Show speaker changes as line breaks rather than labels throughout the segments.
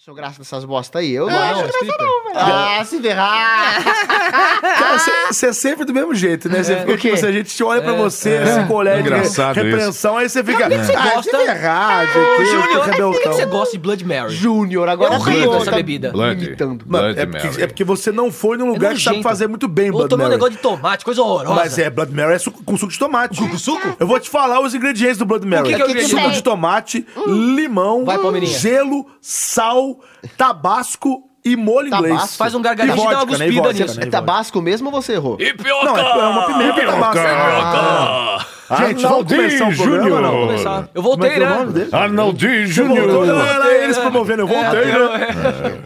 Achou graça nessas bosta aí? Eu não é
Ah,
acho.
não, stripper.
Ah, se ferrar!
Ah!
Cara, você é sempre do mesmo jeito, né? Você
É. O quê?
fica
É,
tipo assim, a gente te olha pra você, esse colé de
Engraçado isso.
repreensão, aí você fica.
que você
ah,
gosta?
se ferrar,
É,
gente,
Júnior,
fica
por que
rebeltão."
que você gosta de Blood Mary?
Júnior, agora
Eu horrível
ganhou,
essa bebida.
Blood.
Imitando.
Mano,
Blood
é,
Mary.
porque, é porque você não foi num lugar que sabe
É nojento.
fazer muito bem,
Ou
Blood
tomar um
Mary.
negócio de tomate, coisa horrorosa.
Mas é, Blood Mary é suco, com suco de tomate. Com suco? Eu vou te falar os ingredientes do Blood Mary.
que que é o
suco
ingrediente? Hum.
de tomate, limão,
Vai, Palmeirinha.
gelo, sal, tabasco e molho
Tabasco?
inglês.
Faz um gargarejo
E
e dá uma
vodka, né? E
cuspida
vodka,
nisso.
né?
É
E
tabasco mesmo ou você errou?
vodka. Não, é é uma pimenta tabasco.
Ah.
Gente, vamos começar o programa, ou não?
Começar. Eu
Como é
voltei,
que é o
né?
nome dele?
Arnaldi
Você voltou,
Júnior.
galera, eles promovendo, eu voltei, né?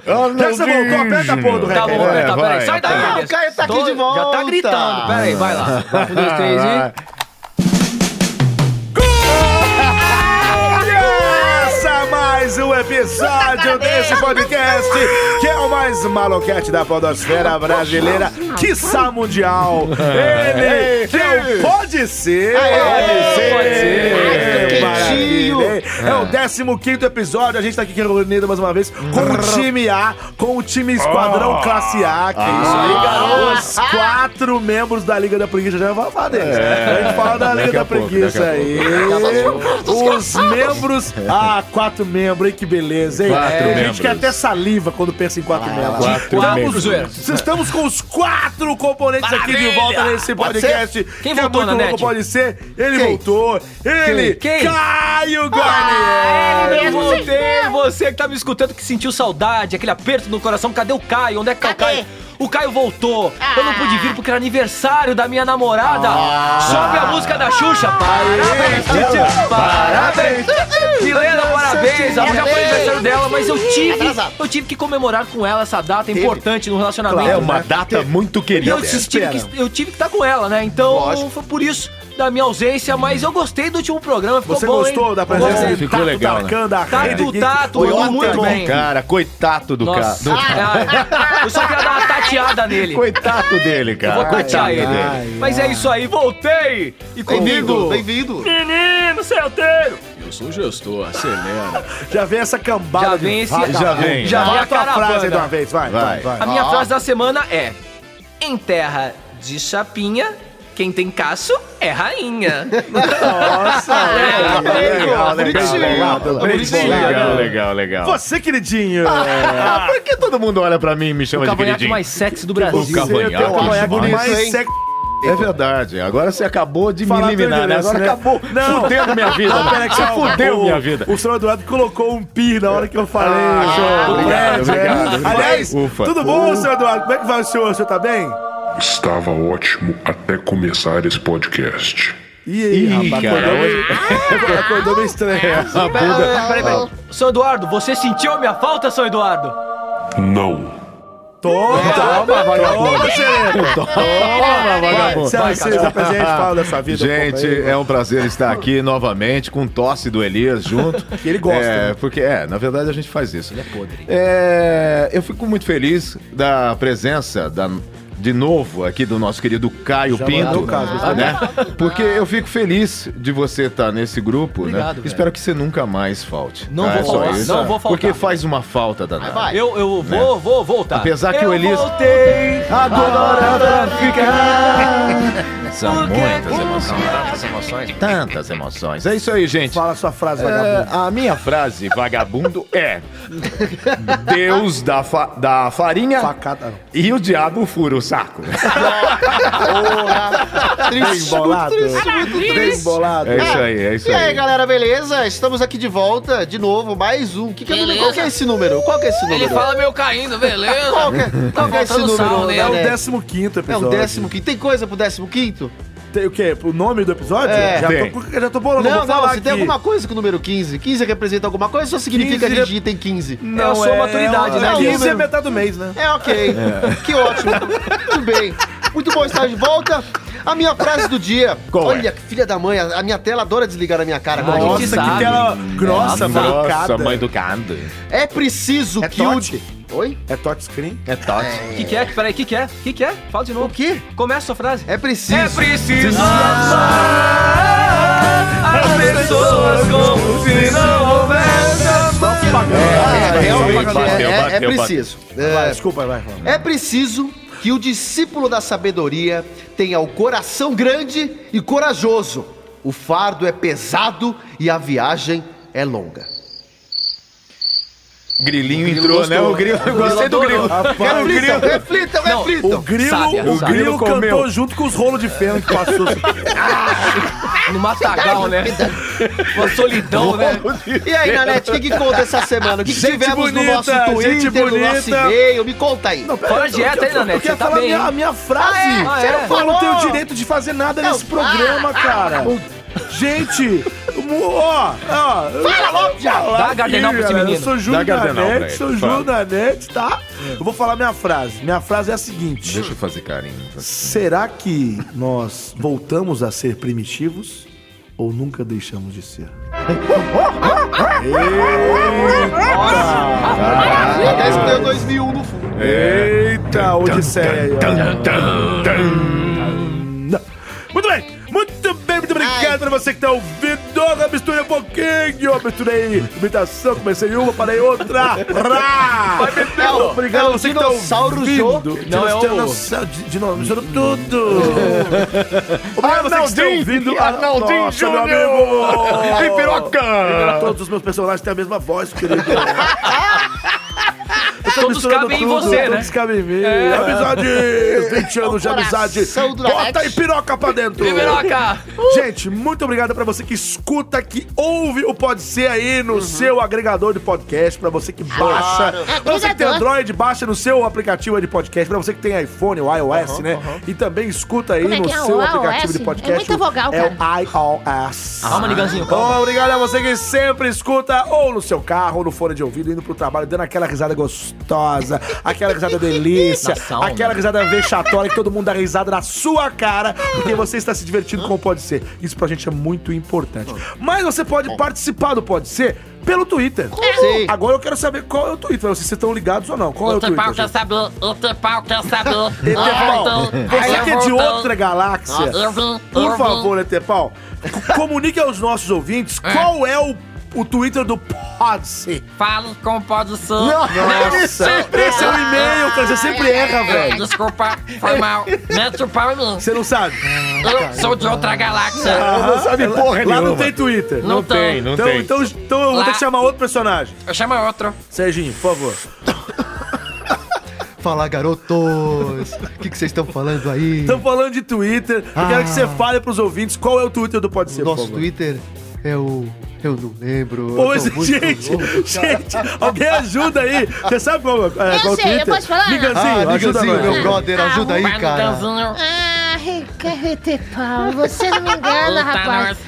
Já que você voltou, aperta a porra do
Tá bom,
É,
Roberto,
vai,
peraí, sai daí.
aperta.
Elias.
o Caio tá aqui
Tô-
de
Já
volta.
tá gritando, peraí, vai lá. Um, dois, três e...
Começa mais um episódio desse podcast que é o mais maloquete da podosfera brasileira, quiçá mundial. Ele que é o Pode Ser.
Pode Ser. Ai, que quentinho.
Maravilha, hein? É o 15 episódio, a gente tá aqui reunido mais uma vez com o time A, com o time Esquadrão
Ah.
Classe A, que é isso aí,
Ah.
garoto. Os quatro membros da Liga da Preguiça, já vai falar deles. A gente fala da Liga
É. Daqui a
da
pouco,
Preguiça
daqui a
aí. Os membros. Ah, quatro membros, hein? Que beleza, hein?
Quatro
Tem
membros.
gente que até saliva quando pensa em
Ah,
quatro membros.
Quatro membros.
Estamos, estamos com os quatro componentes aqui de volta nesse podcast.
Quem
que
voltou,
é muito louco,
Nanete?
pode ser. Ele
Quem?
voltou. Ele,
Quem? Quem?
Caio
É,
Ah,
Guarnieri.
eu voltei, você que tá me escutando, que sentiu saudade, aquele aperto no coração, cadê o Caio? Onde é que tá
Cadê?
o Caio? O Caio voltou, eu
Ah.
não pude vir porque era aniversário da minha namorada.
Ah.
Sobe a música da Xuxa. Parabéns, Titi, parabéns. Milena, parabéns, ela já foi
Parabéns.
aniversário dela, mas eu tive,
Atrasado.
eu tive que comemorar com ela essa data importante no relacionamento. né?
É uma data muito
E eu
querida.
tive, que, eu tive que estar com ela, né? Então
Lógico.
foi por isso da minha ausência, mas eu gostei do último programa. Ficou
Você
bom,
gostou
hein?
da presença
Gostei.
do
Ficou
Tato
legal, né?
Tarkan, da
Tato
Rede Geek?
Tato,
Foi
mandou
ótimo.
muito
Bom,
bem.
cara, coitado do cara.
Nossa, ah, eu só queria dar uma tateada nele.
Coitado dele, cara.
Eu vou tatear
Coitado
ele.
dele.
Mas é isso aí, voltei! E
Bem-vindo,
comigo,
bem-vindo.
menino solteiro!
Já vem essa cambada.
Já
de
vem esse-
vaca.
Já vem.
Já vem
Fala
a
a tua frase aí de uma
caravana.
vez, vai.
Vai.
vai,
A
vai.
minha
Ah.
frase da semana é: Em terra de chapinha, quem tem caço é rainha.
Nossa, Ah, legal, legal, legal,
Bonitinho.
legal,
Bonitinho.
Legal, legal, legal.
Você, queridinho.
Ah, por que todo mundo olha pra mim e me
o
chama de
cavanhaque
queridinho?
mais sexy do
Você
Brasil.
cavanhaque.
tem Ah, o
cavanhaque
cavanhaque
bonito,
mais
hein?
sexy.
É verdade. Agora você acabou de
Falar
me eliminar,
tudo,
né?
né?
Agora
Né?
acabou
Não.
fudendo minha vida.
Ah, pera,
né?
que
Você
o-
fudeu
o-
minha vida.
O senhor Eduardo colocou um pi na hora que eu falei.
Ah,
senhor.
obrigado,
Fred, é.
obrigado.
Aliás,
Ufa.
tudo bom, senhor Eduardo? Como é que vai o senhor? O senhor tá bem?
Estava ótimo até começar esse podcast.
E aí,
Ih,
rapaz?
cara, Ah!
Acordou
hoje-
meio- Acordou meio estranho.
A bunda-
Peraí, peraí. São Eduardo, você sentiu a minha falta, São Eduardo?
Não.
Toma, toma, toma, senhor.
Toma, vagabundo.
Se
Vai,
vocês
cara.
apresentam, fala da sua vida.
Gente, é um prazer estar aqui novamente com tosse do Elias junto.
Que ele gosta,
É,
né?
porque, é, na verdade a gente faz isso. Ele é
podre.
eu fico muito feliz da presença da. De novo, aqui do nosso querido Caio
mandou
Pinto,
o caso, tá
né? Porque eu fico feliz de você estar nesse grupo, né?
Obrigado, velho.
Espero que você nunca mais falte.
Não
tá?
vou
É só
faltar,
isso.
não vou faltar.
Porque faz uma falta danada.
Vai.
Eu, eu
Né?
vou, vou voltar.
Apesar que
eu
o Elias-
voltei.
Agora
pra ficar.
São
Porque-
muitas emoções, tantas emoções, tantas emoções. É isso aí, gente.
Fala a sua frase,
É,
vagabundo.
a minha frase, vagabundo, é Deus da, fa- da farinha
Facada.
e o diabo fura o saco.
Três bolado. Três bolado.
É isso aí, é isso
E aí,
aí.
galera, beleza? Estamos aqui de volta, de novo, mais um. Que que é o número?
Beleza.
Qual que é esse número? Qual que é esse número?
Ele fala meio caindo, beleza?
Qual que é, qual que é esse
faltando
número?
sal, né?
É o
Nanete? É
15 episódio.
o décimo quinto. Tem coisa pro décimo quinto?
Tem o quê? O nome do episódio?
É.
Já,
Tem.
tô, já tô bolando, eu
Não,
vou falar
não, se
aqui.
tem alguma coisa com o número 15. 15 representa alguma coisa, só significa
15
que a gente tem 15.
Não,
É a sua maturidade,
né,
15 é
Guilherme?
metade do mês, né?
É ok. Que ótimo. Muito bem. Muito bom estar de volta. A minha frase do dia.
Qual
Olha, que filha da mãe, a a minha tela adora desligar a minha cara. é quando
a
eu
gente
falo.
sabe.
que tela grossa,
Nossa,
marcada.
mãe do cado.
É preciso
É
que o.
tote?
Oi?
É touchscreen?
É top.
O que, que é? Peraí, o que, que é? O que, que é? Fala de novo.
O quê?
Começa a sua frase.
É preciso.
preciso amar as pessoas como se não houvesse amor.
É,
É,
realmente. gente,
bateu,
é, é- é
bateu,
preciso.
Vai,
É,
desculpa, vai, Flávio.
é preciso que o discípulo da sabedoria tenha o coração grande e corajoso. O fardo é pesado e a viagem é longa.
Grilinho entrou, né? O grilo, eu gostei do grilo. Quero o grilo.
Reflitam, reflitam,
Não,
reflitam.
O grilo,
Sábia,
o
sábia.
grilo
Comeu.
cantou junto com os rolos de feno que passou.
No matagal, né? Uma solidão, né?
E aí, Nanete, o que, que conta essa semana? O que, que
Gente
tivemos
bonita,
no nosso
gente
Twitter, no nosso
bonita.
e-mail? Me conta aí.
Fala a dieta aí,
Eu
Nanete.
queria
Você tá
falar a
bem,
minha, a
hein?
minha frase.
Ah, é?
Eu não tenho direito de fazer nada nesse
Não,
programa, cara. Gente, ó, ó. Fala logo já.
Dá a gardenal pra esse menino.
Eu sou
Dá a
Júlio
gardenal pra
Nanete,
ele,
sou
fala.
Júlio Nanete, tá? Eu vou falar minha frase. Minha frase é a seguinte.
Deixa eu fazer carinho. então.
Será que nós voltamos a ser primitivos ou nunca deixamos de ser?
Até escutei o 2001 no fundo.
Eita, odisseia aí, ó. Muito bem, muito bem, muito obrigado pra você que tá ouvindo. Misturei um pouquinho, misturei imitação, comecei uma, parei outra. Rá!
É o-
Obrigado
é
a
o
você que tá
dinossauro
ouvindo.
Jô.
Não, é o-
Dinossauro- di- Dinossauro tudo. Obrigado a você que
Arnaldinho,
está ouvindo. Ah,
Arnaldinho
Nossa,
Júnior.
meu amigo.
Ei, piroca!
Todos os meus personagens têm a mesma voz, querido.
Todos cabem em você, né?
Todos cabem em mim. Amizade! 20 anos de amizade.
coração do
Bota
Alex.
aí piroca pra dentro.
Piroca!
Gente, muito obrigado pra você que escuta, que ouve o Pode Ser aí
Uhum.
no seu agregador de podcast, pra você que baixa. Pra você que tem Android, baixa no seu aplicativo aí de podcast, pra você que tem iPhone, o iOS, né? E também escuta aí
Como é
no
que é o
seu
iOS?
aplicativo de
É
podcast.
muita vogal,
É o iOS.
Calma, Niganzinho, calma.
Bom, obrigado a você que sempre escuta ou no seu carro, ou no fone de ouvido, indo pro trabalho, dando aquela risada gostosa, aquela risada delícia,
Na sauna.
aquela risada vexatória que todo mundo dá risada na sua cara, porque você está se divertindo como pode ser. Isso pra gente é muito importante. Mas você pode participar do Pode Ser pelo Twitter.
Sim.
Agora eu quero saber qual é o Twitter, vocês estão ligados ou não. Qual é o
Outro
Twitter?
pau quer
gente?
saber, outro pau quer saber. Ah, então,
Etepal, você que é de outra galáxia,
Eu vim, eu
por
vim.
favor, Etepal, c- comunique aos nossos ouvintes qual é o, o Twitter do Podse.
Fala como pode ser. é
Nossa, esse é o e-mail, cara, você sempre erra, velho.
assim. Desculpa, foi mal. Mete o pau em mim.
Você tá não sabe?
Eu sou de outra galáxia.
Não sabe porra
Lá não
nenhuma.
tem Twitter.
Não
Tem,
tem.
não
Então,
tem.
então, então eu vou ter que chamar outro personagem.
Chama outro.
Serginho, por favor.
Fala, garotos. O que que vocês estão falando aí?
Estamos Então, falando de Twitter. Eu quero que você fale pros ouvintes qual é o Twitter do Pode Ser,
Ah. Nosso
por favor.
Twitter é o... Eu não lembro. eu
Pois,
tô muito
gente,
louco.
gente, alguém ajuda aí. Você sabe qual, é, qual o
sei, eu
Twitter?
posso falar?
Miganzinho,
Ah,
ajuda
Niganzinho,
nós.
meu brother, ajuda aí,
Vai no
cara.
danzinho.
Ah, Ricardo Paulo, você não me engana,
tá
Puta
rapaz.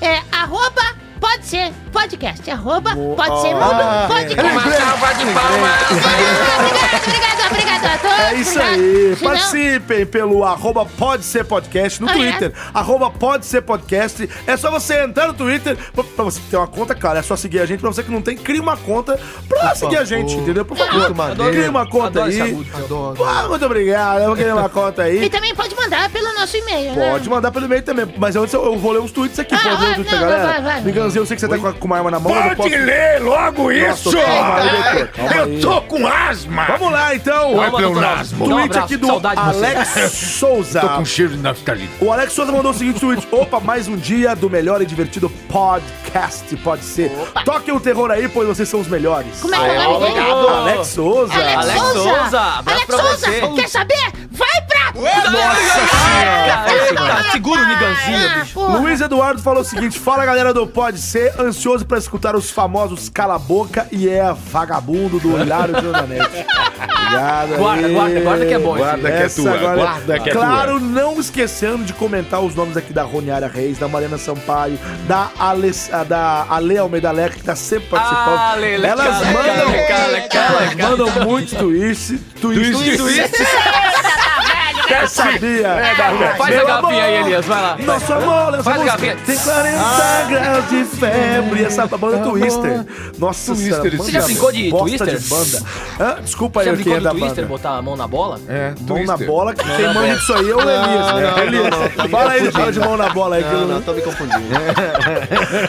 É arroba, pode ser, podcast. Arroba, pode ser,
Ah,
mundo, podcast.
Uma salva de palmas.
Obrigado, obrigado, obrigado a todos.
É isso
obrigado.
aí.
Se não-
Participem pelo arroba pode ser podcast no
Ah, é?
Twitter. Arroba pode ser podcast. É só você entrar no Twitter. Pra pra você que tem uma conta, cara, é só seguir a gente. Pra você que não tem, cria uma conta pra seguir a
favor.
gente, entendeu? Por favor.
Muito maneiro.
Cria uma conta
Adoro esse
aí.
agudo.
Adoro.
Ah, muito obrigado. Eu vou criar uma conta
E
aí.
também pode mandar pelo nosso e-mail, né?
Pode mandar pelo e-mail também, mas antes eu eu vou ler uns tweets aqui,
Ah,
pode ler
vai,
os tweets da
não,
galera.
vai, vai.
Miganzinho, eu sei que você tá com a- com uma arma na mão, eu não posso...
Pode ler logo isso!
calma aí, doutor, calma aí.
Eu tô com asma!
Vamos lá, então.
Vai,
doutor.
pleonasmo.
Dá um
Tweet
abraço,
aqui do
saudade de você.
Alex Souza.
Tô com cheiro de naftalina.
O Alex Souza mandou o seguinte tweet: Opa, mais um dia do melhor e divertido podcast, pode ser. Toquem o terror aí, pois vocês são os melhores.
Como é que é o nome dele?
Obrigado.
Alex Souza.
Alex
Alex Souza,
Souza.
abraço
Alex
pra você.
Souza, quer saber? Vai pra...
Eita, segura o Niganzinho, bicho.
Ah,
Luiz Eduardo falou o seguinte: Fala galera do Pode Ser, ansioso pra escutar os famosos Cala a Boca e é vagabundo do Hilário de Andanete. Obrigado.
Guarda,
aí.
guarda, guarda que é bom.
Guarda que é
Essa
tua,
agora-
guarda que é tua.
Claro, não esquecendo de comentar os nomes aqui da Roniara Reis, da Mariana Sampaio, da Ale, ah, da Ale Almeida Leca, que tá sempre participando.
Ah, Ale, Leca,
elas
Leca,
mandam,
Leca, Leca,
elas mandam muito twist, twist, twist.
Twist, twist.
Tá velho,
até sabia.
É, Faz a
Meu
garrafinha aí,
amor,
Elias, vai lá.
Nosso amor, essa
Faz Ah. a
música
garrafinha.
tem 40 graus de febre. Essa tá banda Twister. Nossa
Tá Twister,
senhora,
você
banda
já brincou de
bosta
Twister?
de banda. Hã? Desculpa aí,
Você
eu
brincou
queria
de
é da
Twister,
banda.
botar a mão na bola?
É,
Mão na
Twister.
bola, que quem
na
manja
bola.
disso aí é o Elias, né? Elias. Fala aí, fala de mão na bola aí. que eu-
Não, não, tô me confundindo.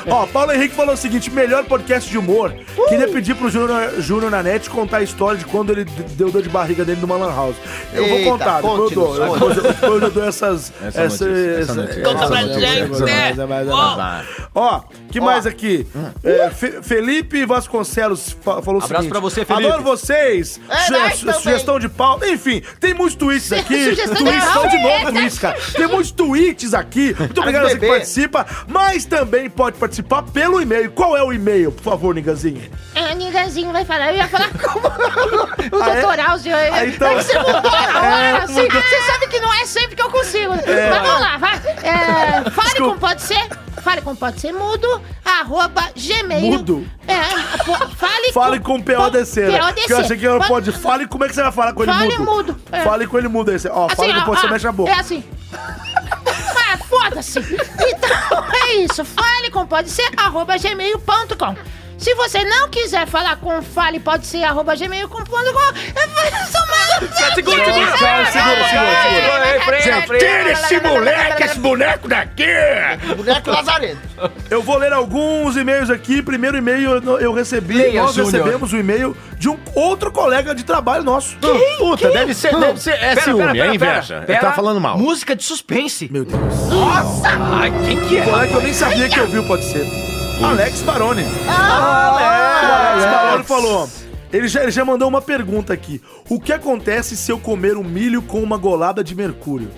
Ó, Paulo Henrique falou o seguinte: melhor podcast de humor.
Uh!
Queria pedir pro Júnior Júnior Nanete contar a história de quando ele d- deu dor de barriga dele no Lan House. Eu
Eita,
vou contar, depois eu dou.
conte-nos,
Depois eu- depois eu dou essas.
Essa é
essa- é
notícia, essa é
essa-
notícia.
essa
Conta pra
notícia,
gente,
essa
né?
notícia, mas-
Ó.
Ó, que mais aqui? É, Fe- Felipe Vasconcelos fa- falou o
Hum. Abraço
seguinte:
pra você, Felipe.
Adoro vocês.
É,
Su-
nós
su-
também.
sugestão de pauta. Enfim, tem muitos tweets aqui.
Sugestão de
tweets,
pauta.
de novo, tweets, cara. Tem muitos tweets aqui. Muito obrigado a você que
bebê.
participa, mas também pode participar pelo e-mail. Qual é o e-mail, por favor, Niganzinho?
Ah, ninguém vai falar. Eu ia falar como o
Ah, é?
doutoral, senhor.
Ah, então-
Você mudou na hora, assim. Você sabe que não é sempre que eu consigo. Mas vamos lá, vai. É, fale como pode ser. Fale como pode ser mudo. Arroba gmail.
Mudo?
É, po- fale,
Fale com o PODC. né?
PODC.
Que eu achei que era pode. Fale como é que você vai falar com ele
Fale
mudo.
mudo, é.
Fale com ele mudo esse. Ó, fale
ó,
Tá depois você
ah,
mexe a boca.
É assim. Ah, foda-se. Então, é isso. Fale com pode ser, arroba gmail.com. Se você não quiser falar com fale pode ser, arroba gmail.com, eu sou mais...
Segura, segura,
Cara, segura, segura, segura.
Freia, freia.
esse moleque, esse boneco daqui! É
Boneco Lazarento.
Eu vou ler alguns e-mails aqui. Primeiro e-mail eu- eu recebi.
Leia,
nós
Júnior.
recebemos o e-mail de um outro colega de trabalho nosso.
Puta, deve ser, deve ser. É
Pera, pera,
ciúme,
pera,
é inveja.
pera.
Ele tá falando mal.
Música de suspense.
Meu Deus.
Ai, quem que é?
Colega que eu nem sabia que eu vi, pode ser. Alex Baroni. O Alex Baroni falou. Ele já, ele já mandou uma pergunta aqui. O que acontece se eu comer um milho com uma golada de mercúrio?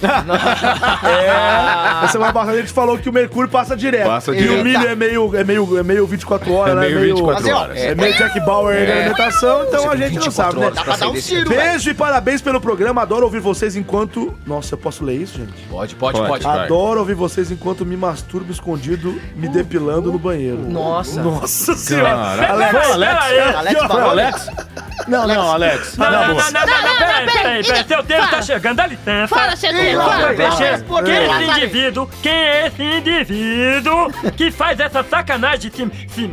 é, essa semana passada a gente falou que o mercúrio passa direto.
Passa
E
direto.
o milho é meio, é meio, é meio 24
É
horas, né?
meio 24
Mas, ó,
horas.
É meio Jack Bauer de alimentação, então a gente não sabe, né?
Dá pra dar um tiro, velho.
Beijo e parabéns pelo programa. Adoro ouvir vocês enquanto. Nossa, eu posso ler isso, gente?
Pode, pode,
Pode.
pode.
Vai.
Adoro ouvir vocês enquanto me masturbo escondido, me depilando no banheiro.
Nossa.
Nossa senhora.
Cara,
Alex,
foi o Alex?
Alex
Ô,
Baroni.
Alex? Não, não, Alex. tá
Não,
na
não, não,
boa.
não, não,
Não,
não, peraí,
não, não,
peraí,
peraí,
peraí, teu tempo
fala.
tá chegando, dá licença.
Fala, Setembro,
vai,
fala.
Peixeira.
Por
Quem
quê?
é esse indivíduo, quem é esse indivíduo que faz essa sacanagem de se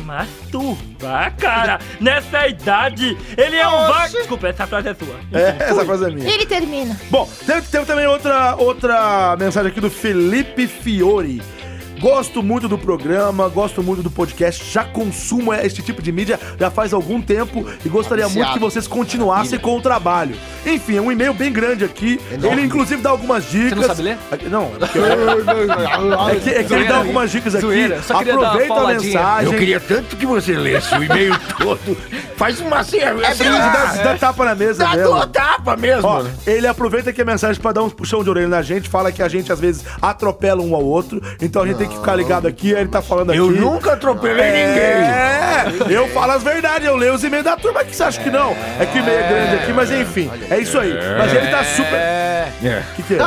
masturbar, cara? Nessa idade, ele é um vaca... Desculpa, essa frase é sua.
É, essa coisa é minha.
Ele termina.
Bom, teve, teve também outra, outra mensagem aqui do Felipe Fiore. Gosto muito do programa, gosto muito do podcast, já consumo este tipo de mídia já faz algum tempo e gostaria muito
Viciado.
que vocês continuassem com o trabalho. Enfim, é um e-mail bem grande aqui. Ele inclusive dá algumas dicas.
não sabe ler?
Aqui- Não, é porque eu- é que, é que ele dá algumas dicas aqui.
né? Zoeira, só queria dar uma
Aproveita a
pauladinha.
mensagem.
tanto que você lesse o e-mail todo. Faz uma assim, ah, cerveja.
Sim, dá, dá tapa na mesa mesmo.
tapa mesmo.
Ó, ele aproveita que a mensagem pra dar um puxão de orelha na gente, fala que a gente às vezes atropela um ao outro, então a gente tem que ficar ligado aqui, aí ele tá falando aqui.
atropelei
É, eu falo as verdades, eu leio os e-mails da turma que você acha que não. É que o e-mail é grande aqui, mas enfim, é isso aí. Mas ele tá super.
É.
O que, que é?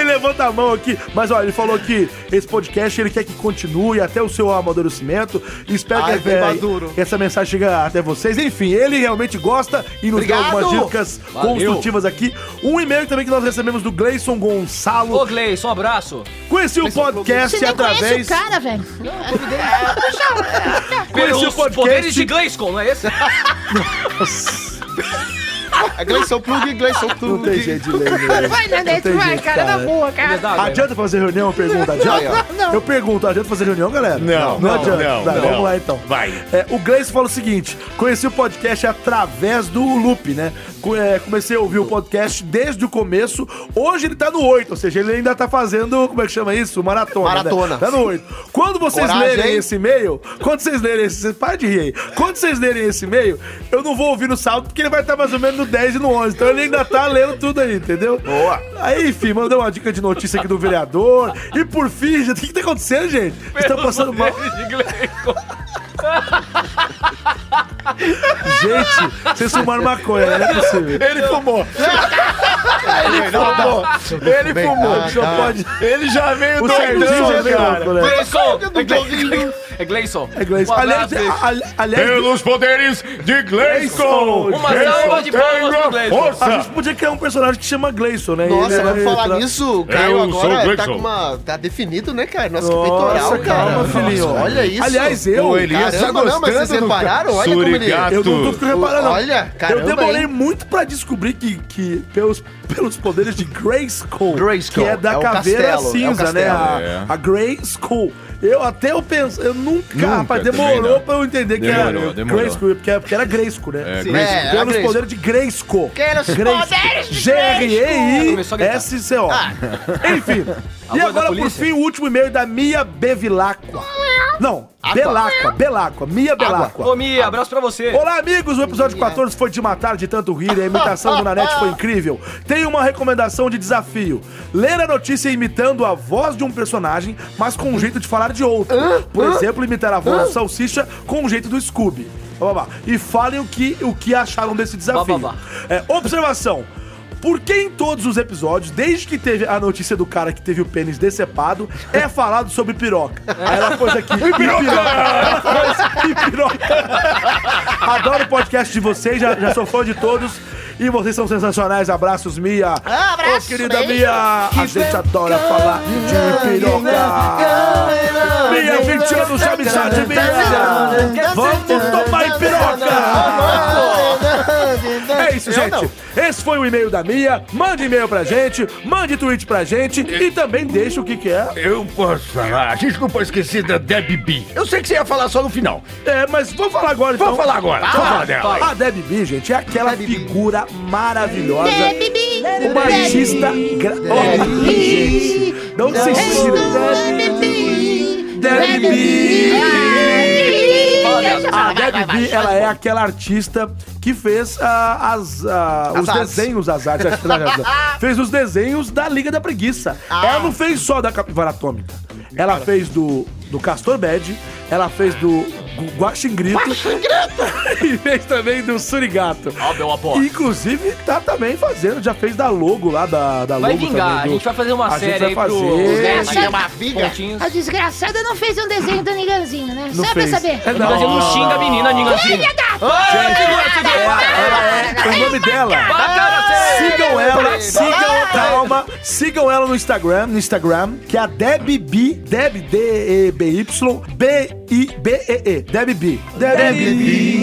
ele levanta a mão aqui, mas olha, ele falou que esse podcast ele quer que continue até o seu amadurecimento. Espero
Ai,
que,
bem
é,
maduro.
que essa mensagem chegue até vocês. Enfim, ele realmente gosta e nos dá
Obrigado.
algumas dicas
Valeu.
construtivas aqui. Um e-mail também que nós recebemos do Gleison Gonçalo.
Ô, Gleison, um abraço.
Conheci o podcast
Você nem conhece
através.
o cara, velho.
Conheci o
Pelos
podcast.
poderes de Gleison, não é esse?
É Gleison Plug, Gleison
Não tem
Plug.
jeito de ler, né?
Vai, Nanete,
Não tem
vai,
jeito,
cara, na
cara.
boa, cara.
Adianta fazer reunião? Pergunta, adianta?
Não.
Eu pergunto, adianta fazer reunião, galera?
Não,
não
não,
adianta.
não,
Tá,
não.
Vamos lá então.
Vai.
É, o Gleison fala o seguinte: conheci o podcast através do Loop, né? Co- é, comecei a ouvir o podcast desde o começo. Hoje ele tá no 8, ou seja, ele ainda tá fazendo, como é que chama isso? Maratona. né?
Maratona.
Tá no 8. Quando vocês
Coragem,
lerem
hein?
esse e-mail, quando vocês lerem esse. Vocês para de rir aí. Quando vocês lerem esse e-mail, eu não vou ouvir no salto, porque ele vai estar mais ou menos no 10 e no 11. Então ele ainda tá lendo tudo aí, entendeu? Boa. Aí, enfim, mandou uma dica de notícia aqui do vereador. E por fim, gente, o que, que tá acontecendo, gente? Vocês estão passando mal. Gente, vocês fumaram maconha, não é possível.
Ele fumou. Ele fumou. Ele
bem.
fumou.
Ah,
Só pode.
Ele já veio
O
doidão,
Serginho já é
cara.
louco, né?
Gleison, Gleison.
É Gleison.
É Gleison.
Um
aliás,
abraço, Gleison.
a- a- aliás,
Pelos poderes de Gleison!
Um
é
Uma salva de palmas pro Gleison.
a
Ah,
gente podia criar um personagem que chama Gleison, né?
Nossa,
Ele-
vamos
ele-
falar
tra-
nisso. O Caio
Eu sou o
agora tá
Gleison.
com uma. Tá definido, né, cara? Nosso
Nossa,
peitoral, cara.
calma, filhinho.
Nossa, olha isso.
Aliás,
Eu,
eu.
o Elias
Caramba,
tá
não, mas vocês
gostando do
repararam?
ca-
Olha como ele-
Suricato.
Eu não tô ficando reparando. não.
Olha, caramba,
eu demorei
hein?
muito pra descobrir que, que pelos, pelos poderes de Grayskull,
Grayskull,
que é da
é o
caveira
castelo, é o
cinza, né?
castelo.
A,
É.
a Grayskull. Eu até eu penso, eu nunca,
Nunca
rapaz,
também
demorou
não.
pra eu entender que era
Demorou, demorou.
Grayskull, porque era, porque era Grayskull, né?
É,
Sim.
Grayskull.
É, era
pelos
Grayskull.
poderes de Grayskull.
Quero os
Grayskull.
poderes de
Começou a gritar.
G-R-E-I-S-C-O.
Ah.
Enfim. E
voz da
agora, por
polícia?
fim, o último e-mail da Mia Bevilacqua.
é?
Não,
Ah,
Belacqua, Belacqua, Mia Belacqua.
Ô, Mia, abraço pra você.
Olá, amigos! O episódio 14 foi de matar de tanto rir e a imitação do Nanete foi incrível. Tem uma recomendação de desafio: ler a notícia imitando a voz de um personagem, mas com um jeito de falar de outro. Por exemplo, imitar a voz do Salsicha com o um jeito do Scooby. Vá, vá, vá. E falem o que, o que acharam desse desafio.
vá, vá.
É, observação. Por que em todos os episódios, desde que teve a notícia do cara que teve o pênis decepado, é falado sobre piroca? Aí Ela pôs aqui. E piroca! Ela pôs e piroca! Adoro o podcast de vocês, já, já sou fã de todos. E vocês são sensacionais. Abraços, Mia.
Ah, abraço,
Ô, querida
beijo.
Mia. A gente adora falar de piroca. Mia, 20 anos de amizade, Mia. Vamos tomar em piroca. É isso, gente. Esse foi o e-mail da Mia. Mande e-mail pra gente, mande tweet pra gente e também deixa o que que é.
Eu posso falar. Desculpa, eu esqueci da Debbie B. Eu sei que você ia falar só no final.
É, mas vou falar agora então.
Vamos falar agora. Vamos falar dela.
A Debbie B, gente, é aquela figura maravilhosa.
Bibi.
Uma artista gra... Oh, gente. Não se estira. Debbie A Debbie B, ela é aquela artista que fez ah, as, ah, os
artes.
desenhos, as artes, acho que ela já- fez os desenhos da Liga da Preguiça.
Ah.
Ela não fez só da Capivara Atômica. Ela fez do, do Castor Bad, ela fez do Gu- Guaxingrito. e fez também do Surigato.
Ó, meu apoio.
Inclusive, tá também fazendo, já fez da logo lá, da, da
Vai
logo
vingar,
também.
a gente vai fazer uma
a gente
série
vai
aí pro...
fazer.
Desgraça.
aí,
Uma viga.
pontinhos.
A desgraçada não fez um desenho do Niganzinho, né?
Não
Só
fez.
pra saber.
Na
É,
verdade, ele não xinga a menina, ninguém xinga.
Filha da...
Ai, segura,
Ela
segura.
é, o nome dela. Ah,
Vai, cara, você-
Sigam ela, sigam, calma, sigam ela no Instagram, no Instagram, que é a Deb B, Deb D E B Y B I B E E, Deb B. Deb B,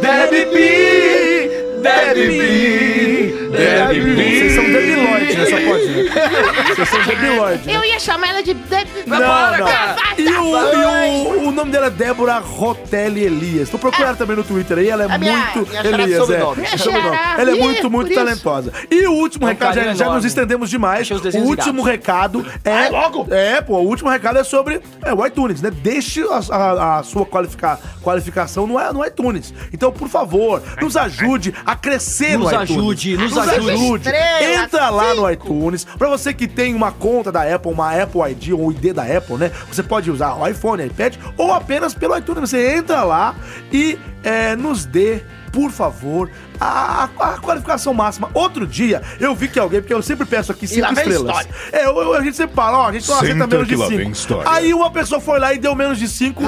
Deb B, Deb B, Deb B. Vocês são debilóides, né, só pode. né? Vocês são debilóides. né?
Eu ia chamar ela de... Debbie-
Não,
Para,
não.
cara.
E, o, e o, o nome dela é Débora Rotelli Elias. Tô procurando também no Twitter aí, ela é,
minha-
muito.
minha charada de
Elias, é.
sobrenome.
Minha
Sobrenome.
charada.
Ela é
Ih,
muito, muito
por isso.
talentosa. E o último
Um
recado, já,
carinho
já nos
enorme.
estendemos demais.
Deixa os
O
desenhos
último
ligados.
recado é.
Ah, logo?
É, pô, o último recado é sobre é, o iTunes, né? Deixe a, a- a sua qualifica- qualificação no, i- no iTunes. Então, por favor, nos ajude a crescer
Nos
no iTunes.
ajude, nos ajude.
Estrela,
Entra lá no iTunes. Pra você que tem uma conta da Apple, uma Apple ID ou ID da Apple, né? Você pode usar o iPhone, iPad ou apenas pelo iTunes. Você entra lá e é, nos dê. Por favor, a, a- a qualificação máxima. Outro dia, eu vi que alguém, porque eu sempre peço aqui cinco
lá vem
estrelas.
história.
É, eu, eu- a gente sempre fala, ó, a gente só aceita
Senta
menos
que
de
lá vem
cinco.
história.
Aí uma pessoa foi lá e deu menos de cinco.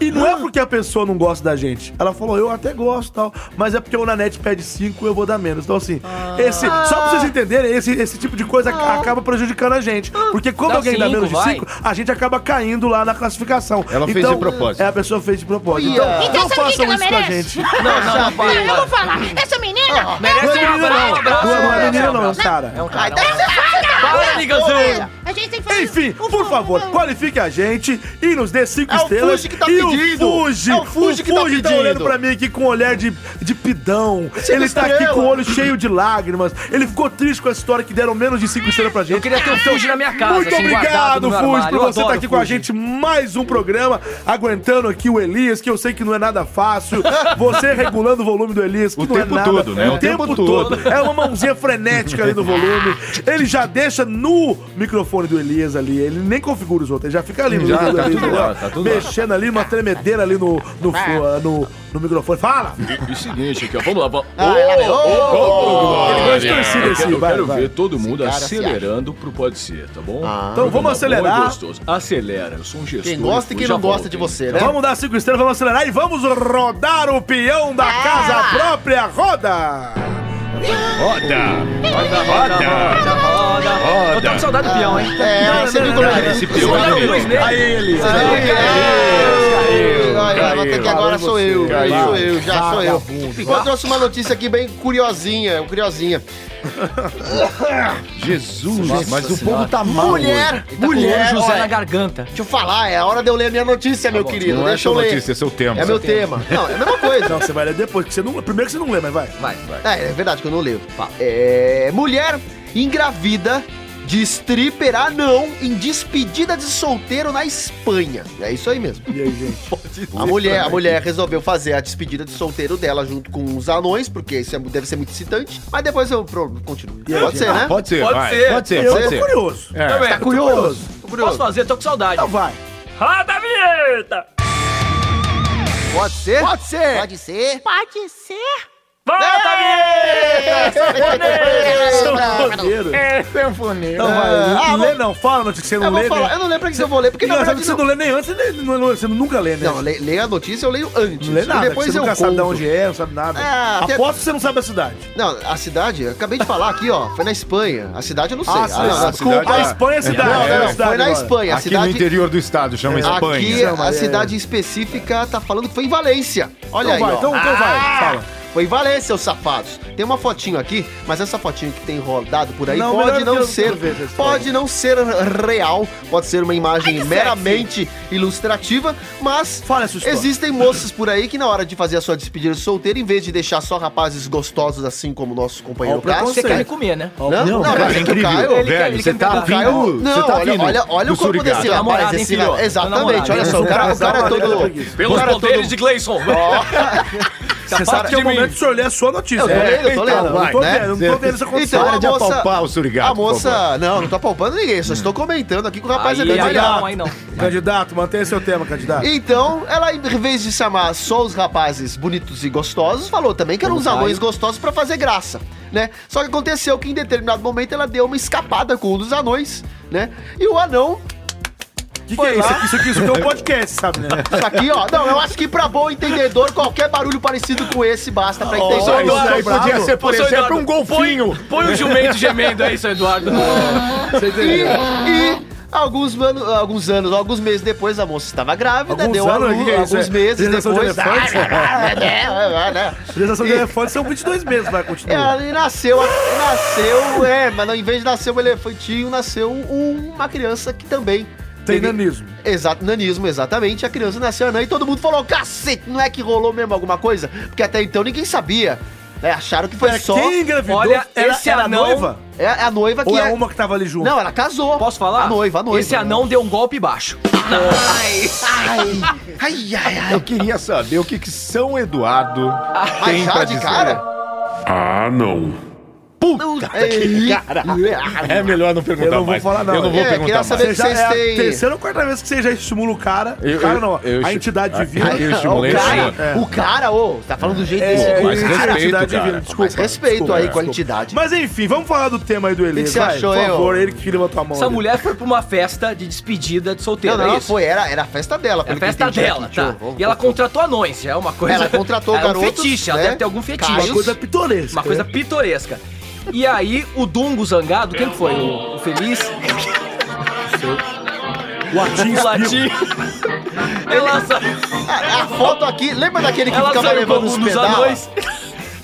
e não é porque a pessoa não gosta da gente. Ela falou, eu até gosto e tal. Mas é porque o Nanete pede cinco, eu vou dar menos. Então, assim, esse, só pra vocês entenderem, esse, esse tipo de coisa ac- acaba prejudicando a gente. Porque quando
Dá
alguém dá
cinco,
menos de
vai.
cinco, a gente acaba caindo lá na classificação.
Ela fez de propósito.
É, a pessoa fez de propósito. Então, não
Então sabe o que que
façam
ela
isso com a
merece?
gente.
Não, não, não,
Não,
vai,
eu vou
vai.
falar. Essa menina...
Merece
Não é
um
menina,
abraço, um abraço.
não. Não é menina, não, é um
abraço.
cara.
É um
Ai,
cara.
dá
é um cara. Para,
Ela-
Niganzão.
A gente tem que fazer... um
Enfim,
um
por favor, qualifique a gente e nos dê cinco
É o
estrelas.
Fuji que tá
e o
pedindo.
Fuji,
É o Fuji que tá pedindo.
olhando pra mim aqui com um olhar de, de pidão. ele tá
estrela.
aqui com o olho cheio de lágrimas. Ele ficou triste com essa história que deram menos de cinco estrelas pra gente.
Eu queria ter um Fuji na minha casa,
Muito
assim, guardado
obrigado,
no meu
Fuji,
armário.
por
Eu
você estar
adoro
aqui com a
Fuji.
gente mais um programa, aguentando aqui o Elias, que eu sei que não é nada fácil. Você regulando o volume do Elias, que
O
não é
tempo
nada.
todo, né?
O tempo todo. É uma mãozinha frenética ali do volume. Ele já já deixa no microfone do Elias ali. Ele nem configura os outros, ele já fica ali no
Já,
dedo
tá
ali,
tudo
entendeu?
lá, tá tudo lá.
Mexendo ali, uma tremedeira ali no, no, fo- no, no microfone. Fala!
E, e seguinte aqui, ó, vamos lá. Vamos.
Ah, Ele gosta de torcida
eu
esse,
quero, eu
assim, vai,
quero
vai.
ver todo mundo
é
cara se
acelerando pro Pode Ser, tá bom?
Então vamos acelerar.
Gostoso. Acelera, eu sou um gestor.
Quem gosta e
eu
quem
já
não gosta
volto,
de
hein?
você, né?
Vamos dar cinco estrelas, vamos acelerar e vamos rodar o peão
Ah.
da casa própria. Roda!
Roda!
Roda, roda. Eu tô com saudade do peão, hein?
É, você viu como é esse
Vocês
peão?
olharam dois nele?
Aí, Elias.
Caiu, Olha,
caiu.
vai ter que agora sou eu.
Caiu.
Sou eu, já sou eu. Eu trouxe uma notícia aqui bem curiosinha, curiosinha.
Jesus, mas o povo tá mal.
Mulher,
Tá com o
mulher,
José
olha,
na garganta.
Deixa eu falar, é a hora de eu ler a minha notícia, meu querido.
Não é
Deixa
sua
eu ler.
notícia, é seu tema.
É meu tema. Não, é a mesma coisa.
Não, você vai ler depois, que você não. Primeiro que você não lê, mas vai.
Vai, vai.
É, é verdade que eu não leio. É, mulher engravida de stripper anão em despedida de solteiro na Espanha. É isso aí mesmo.
E aí, gente?
A mulher, a mulher resolveu fazer a despedida de solteiro dela junto com os anões, porque isso é- deve ser muito excitante. Mas depois eu pro- continuo. Pode ser, né?
Pode ser,
Pode
vai.
ser.
Pode ser,
Eu
pode
tô
ser.
curioso.
É.
Tá curioso? Tô
Posso
curioso.
fazer? Tô com saudade.
Então vai.
Roda a vinheta!
Pode ser? Pode ser. Pode ser.
Pode ser?
Volta a vinheta!
Então vai.
ah,
lê
vamos-
não, fala, notícia que você não
Eu
lê.
vou falar.
né?
Eu não lembro pra que eu vou ler, porque na
Engraçado que
verdade
você não
não...
lê nem antes, nem- não- não- você nunca lê, né?
Não, le- leia a notícia, eu leio antes.
Não lê nada,
E depois
depois você
eu
nunca sabe de
conto.
onde é, não sabe nada.
É, até-
Aposto que você não sabe a cidade.
Não, a cidade, eu acabei de falar aqui, ó. Foi na Espanha. A cidade eu não sei.
Ah,
não, não,
cidade,
desculpa.
a Espanha é cidade.
Não, não,
é
não,
cidade
foi na
agora.
Espanha. A
Aqui no
cidade.
interior do estado, chama
Aqui,
Espanha.
a cidade específica tá falando que foi em Valência. Olha
é.
aí.
Então vai,
ó.
então, então vai, fala.
Foi em Valência, os safados. é Tem uma fotinho aqui, mas essa fotinho que tem rodado por aí
Não,
pode
melhor que
não
eu
ser.
não vejo essa história.
Pode não ser real, pode ser uma imagem meramente ilustrativa, mas
Fala essa história.
existem moças por aí que na hora de fazer a sua despedida de solteiro, em vez de deixar só rapazes gostosos assim como o nosso companheiro
Ó, o preconceito.
Cássio,
Você quer me comer, né?
não, não,
cara,
mas
é
é que o
incrível.
Caio-
ele quer-
Velho,
ele
você
quer
tá
pegar o
vindo.
Não,
Você tá
olha,
vindo.
olha, olha
do
o corpo
surigado.
desse rapaz.
Namorada, hein,
esse
filho?
ra- Exatamente,
Namorada.
olha só, o cara, o cara é
Namorada,
todo...
preguiça.
Pelos
o cara é
poderes
todo-
de Gleison.
Você sabe
um
que é o momento de o senhor ler a sua notícia.
Eu tô
né?
lendo, eu tô lendo,
Então, Não
vai,
tô
né?
vendo, não tô vendo isso acontecer.
Então,
Para
a
de
moça-
apalpar o surigado,
A moça... Não, não tô apoupando ninguém, só estou comentando aqui que o rapaz é
Aí, aí
detalhado.
não, aí não.
Candidato, mantenha seu tema, candidato.
Então, ela, em vez de chamar só os rapazes bonitos e gostosos, falou também que eram os anões gostosos pra fazer graça, né? Só que aconteceu que em determinado momento ela deu uma escapada com um dos anões, né? E o anão,
O que, que é isso? Isso aqui, isso aqui é um podcast, sabe, né?
isso tá aqui, ó. Não, eu acho que pra bom entendedor, qualquer barulho parecido com esse basta pra entender.
Só isso aí
Bravo.
podia ser, por
Ô, seu
exemplo,
Eduardo,
um golfinho.
Põe o jumento gemendo aí, seu Eduardo.
E, e alguns, mano- alguns anos, alguns meses depois, a moça estava grávida,
Alguns
deu a
anos,
luz,
o que é isso?
alguns
É
meses
gestação de
depois.
elefante?
É, é, né?
Gestação de elefante são 22 meses, vai, continua.
Ela É, nasceu, nasceu, é, mas em vez de nascer um elefantinho, nasceu um- uma criança que também.
Tem
teve-
nanismo.
Exato, nanismo, exatamente. A criança nasceu anã e todo mundo falou: cacete, não é que rolou mesmo alguma coisa? Porque até então ninguém sabia. né? Acharam que foi
É,
só.
Quem engravidou?
Olha,
Ela-
esse
ela
anão-
noiva?
É a noiva que
Ou
é-
é uma que tava ali junto?
Não, ela casou.
Posso falar?
A noiva, a noiva.
Esse anão deu um golpe baixo.
Ai, ai, ai.
Eu queria saber o que, que São Eduardo tem
já
pra
de
dizer.
cara?
Ah, não.
Puta que
É melhor não perguntar
Eu não vou
mais.
falar, não.
Eu não vou
É,
perguntar
queria
mais.
saber-
Você já
Vocês
é a
têm-
terceira ou quarta vez que você já estimula o cara.
Eu-
o cara não,
eu- eu
a
esti-
entidade divina.
Eu estimulei
é, o
esse
cara,
ano.
o cara, ô, tá falando do jeito desse
É,
mais
a
respeito,
entidade
cara. é,
divina, desculpa.
Mas respeito
desculpa,
aí
desculpa.
com a entidade.
Mas enfim, vamos falar do tema aí do Elias.
que você
vai,
achou,
por
hein,
favor,
ô?
ele que levantou a mão.
Essa
ali.
mulher foi pra uma festa de despedida de solteiro.
Não, não,
é
não
isso?
foi, era, era a festa dela.
É a
pelo que eu
festa
entendi aqui.
dela,
Deixa eu-
tá?
vamos-
E ela contratou anões, já é uma coisa.
Ela contratou
é um
garotos,
fetiche, ela
né?
deve ter algum
Caios.
fetiche.
Uma coisa pitoresca.
Uma coisa pitoresca. E aí, o Dungo zangado, quem que foi? O, o Feliz?
O latim.
O Latim? ela sa-
A, a foto aqui, lembra daquele que
ela
ficava
saiu
levando
com
os
um dos
pedala?
anões.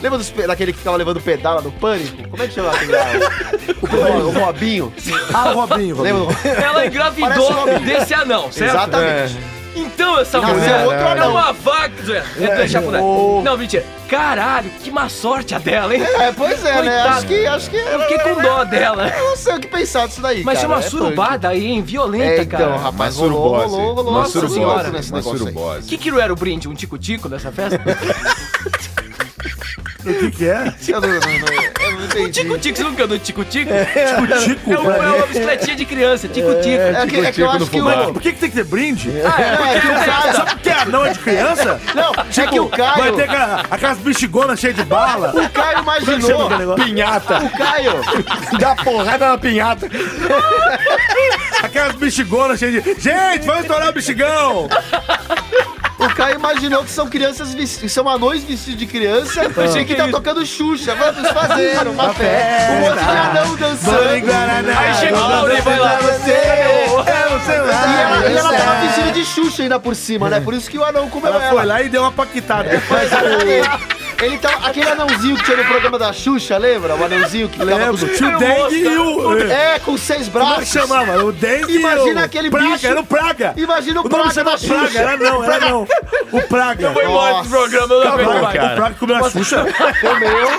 Lembra dos pe- daquele que ficava levando pedala no pânico? Como é que chama aquele lá? O, Ro- o Robinho.
Ah, o Robinho, Robinho.
Lembra do
Ela engravidou
Parece o nome.
desse anão, certo?
Exatamente.
Então essa
Nasceu
mulher
outro
é
anão.
uma vaca. É, é, deixa pra lá. Não, mentira. Caralho, que má sorte a dela, hein?
É, pois é, né?
Coitado.
Acho que, acho que... é,
Eu fiquei com dó dela.
Eu não sei o que pensar disso daí,
Mas
cara.
é uma
é
surubada aí, hein?
punk.
Violenta,
É, então,
cara.
rapaz,
Uma
rolou,
surubose.
rolou, rolou.
Uma
uma surubose
surubose.
nesse
Uma
negócio aí.
O
surubose.
que que não era o brinde? Um tico-tico dessa festa?
O que que é?
Eu não, não- não- eu não entendi.
Um Tico-tico, você nunca andou de tico-tico?
Tico-tico,
É uma, é uma bicicletinha de criança, tico-tico.
É que, é que eu acho que o.
Mas por que, que tem que ter brinde?
Ah, é, é que o
Só
Caio.
porque anão é de criança?
Não, é que o
Tipo, Vai ter
Caio.
aquela- aquelas bichigonas cheias de bala?
O Caio imaginou.
Pinhata.
O Caio.
Dá porrada na pinhata.
Aquelas bichigonas cheias de. Gente, vamos estourar o bichigão!
O Caio imaginou que são crianças vestidas, são anões vestidos de criança e que tá tocando Xuxa. Vamos fazer uma festa. Um monte de anão dançando.
Aí
chega o Laura e vai lá.
Você, é o seu
E ela, e ela tava
lado.
vestida de Xuxa ainda por cima, né? Por isso que o anão comeu
Ela foi
ela.
lá e deu uma paquitada.
Exatamente. Ele tá, aquele anãozinho que tinha no programa da Xuxa, lembra? O anãozinho que ficava
Lembro,
com os-
tio Dengue e o. é.
É, com seis
Como é que
braços.
chamava? O Dengue e o.
Imagina aquele
Praga,
bicho.
era o Praga!
Imagina o,
O nome
prato
chama
da Xuxa.
Praga, né? era não, era não. O Praga.
Foi embora
Nossa.
do programa, eu não
O
aguento
Praga,
mais.
o Praga comeu a Xuxa.
Comeu,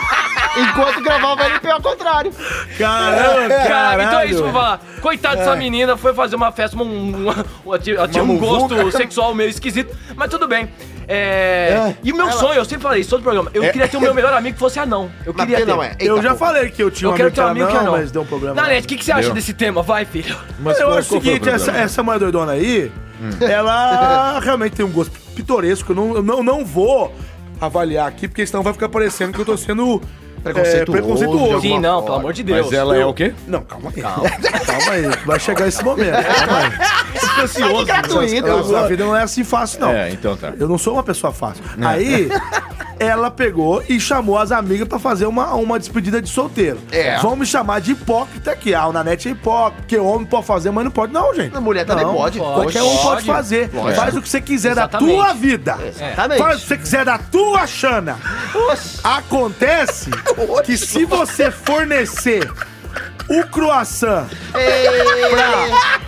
enquanto gravava ele ao contrário.
Caramba,
Cara,
caralho.
então é isso que eu vou falar. Coitado dessa menina, foi fazer uma festa, um, um, um- ela tinha ela tinha um
muvuca.
gosto sexual meio esquisito, mas tudo bem. É, E o meu sonho, eu sempre falei isso todo programa, eu queria ter o meu melhor amigo que fosse anão. Eu
Mas
queria ter.
não é. Eita,
Eu já
pô.
falei que eu tinha
Eu
um
quero
amigo
ter um amigo que é anão.
mas deu um problema.
Nanete, o que, que você acha
Deu.
desse tema? Vai, filho.
Mas
eu
qual-
acho o
qual foi
seguinte, essa,
problema?
essa mulher doidona aí, ela realmente tem um gosto pitoresco. Eu não, eu não, não vou avaliar aqui, porque senão vai ficar parecendo que eu tô sendo é,
Preconceituoso,
preconceituoso.
Sim, não, pelo amor de Deus.
Mas ela é o quê?
Não, calma aí. Calma, aí. Vai chegar esse momento. Calma aí.
Que gratuito.
A vida não é assim fácil, não.
É, então tá.
Eu não sou uma pessoa fácil.
É.
Aí, ela pegou e chamou as amigas pra fazer uma, uma despedida de solteiro.
É.
Vão me chamar de hipócrita, que a Unanete é hipócrita, que homem pode fazer, mas não pode, não, gente.
A mulher também pode.
Qualquer um pode fazer. Faz o que você quiser
Exatamente.
da tua vida.
Exatamente.
É. Faz o que você quiser da tua chana.
Oxe.
Acontece que se você fornecer o croissant
É,
um pra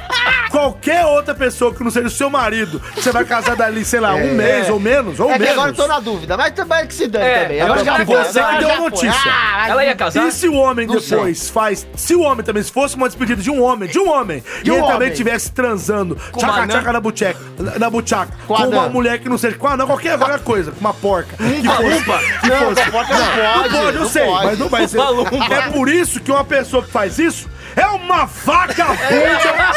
qualquer outra pessoa que não seja o seu marido, que você vai casar dali, sei lá, um mês ou menos, ou
É que
menos.
agora eu tô na dúvida, mas também é que se dane
É,
também.
eu acho que
já
ela
foi.
você que
Ah,
deu
já foi.
notícia.
Ah,
Ela ia casar?
E se o homem
Não sei.
depois faz. Se o homem também, se fosse uma despedida de um homem, de um homem, e,
De um
ele também
homem.
estivesse transando, tchaca,
anã?
tchaca na bucheca, na buchaca, com,
a
uma
anã.
mulher que não seja com a anã, qualquer qualquer coisa, com uma porca. Que fosse, que
não,
fosse.
fofoca não
Não
pode,
pode, eu
não
sei,
pode.
mas não vai ser.
Lumpa-lumpa.
É por isso que uma pessoa que faz isso é uma vagabunda.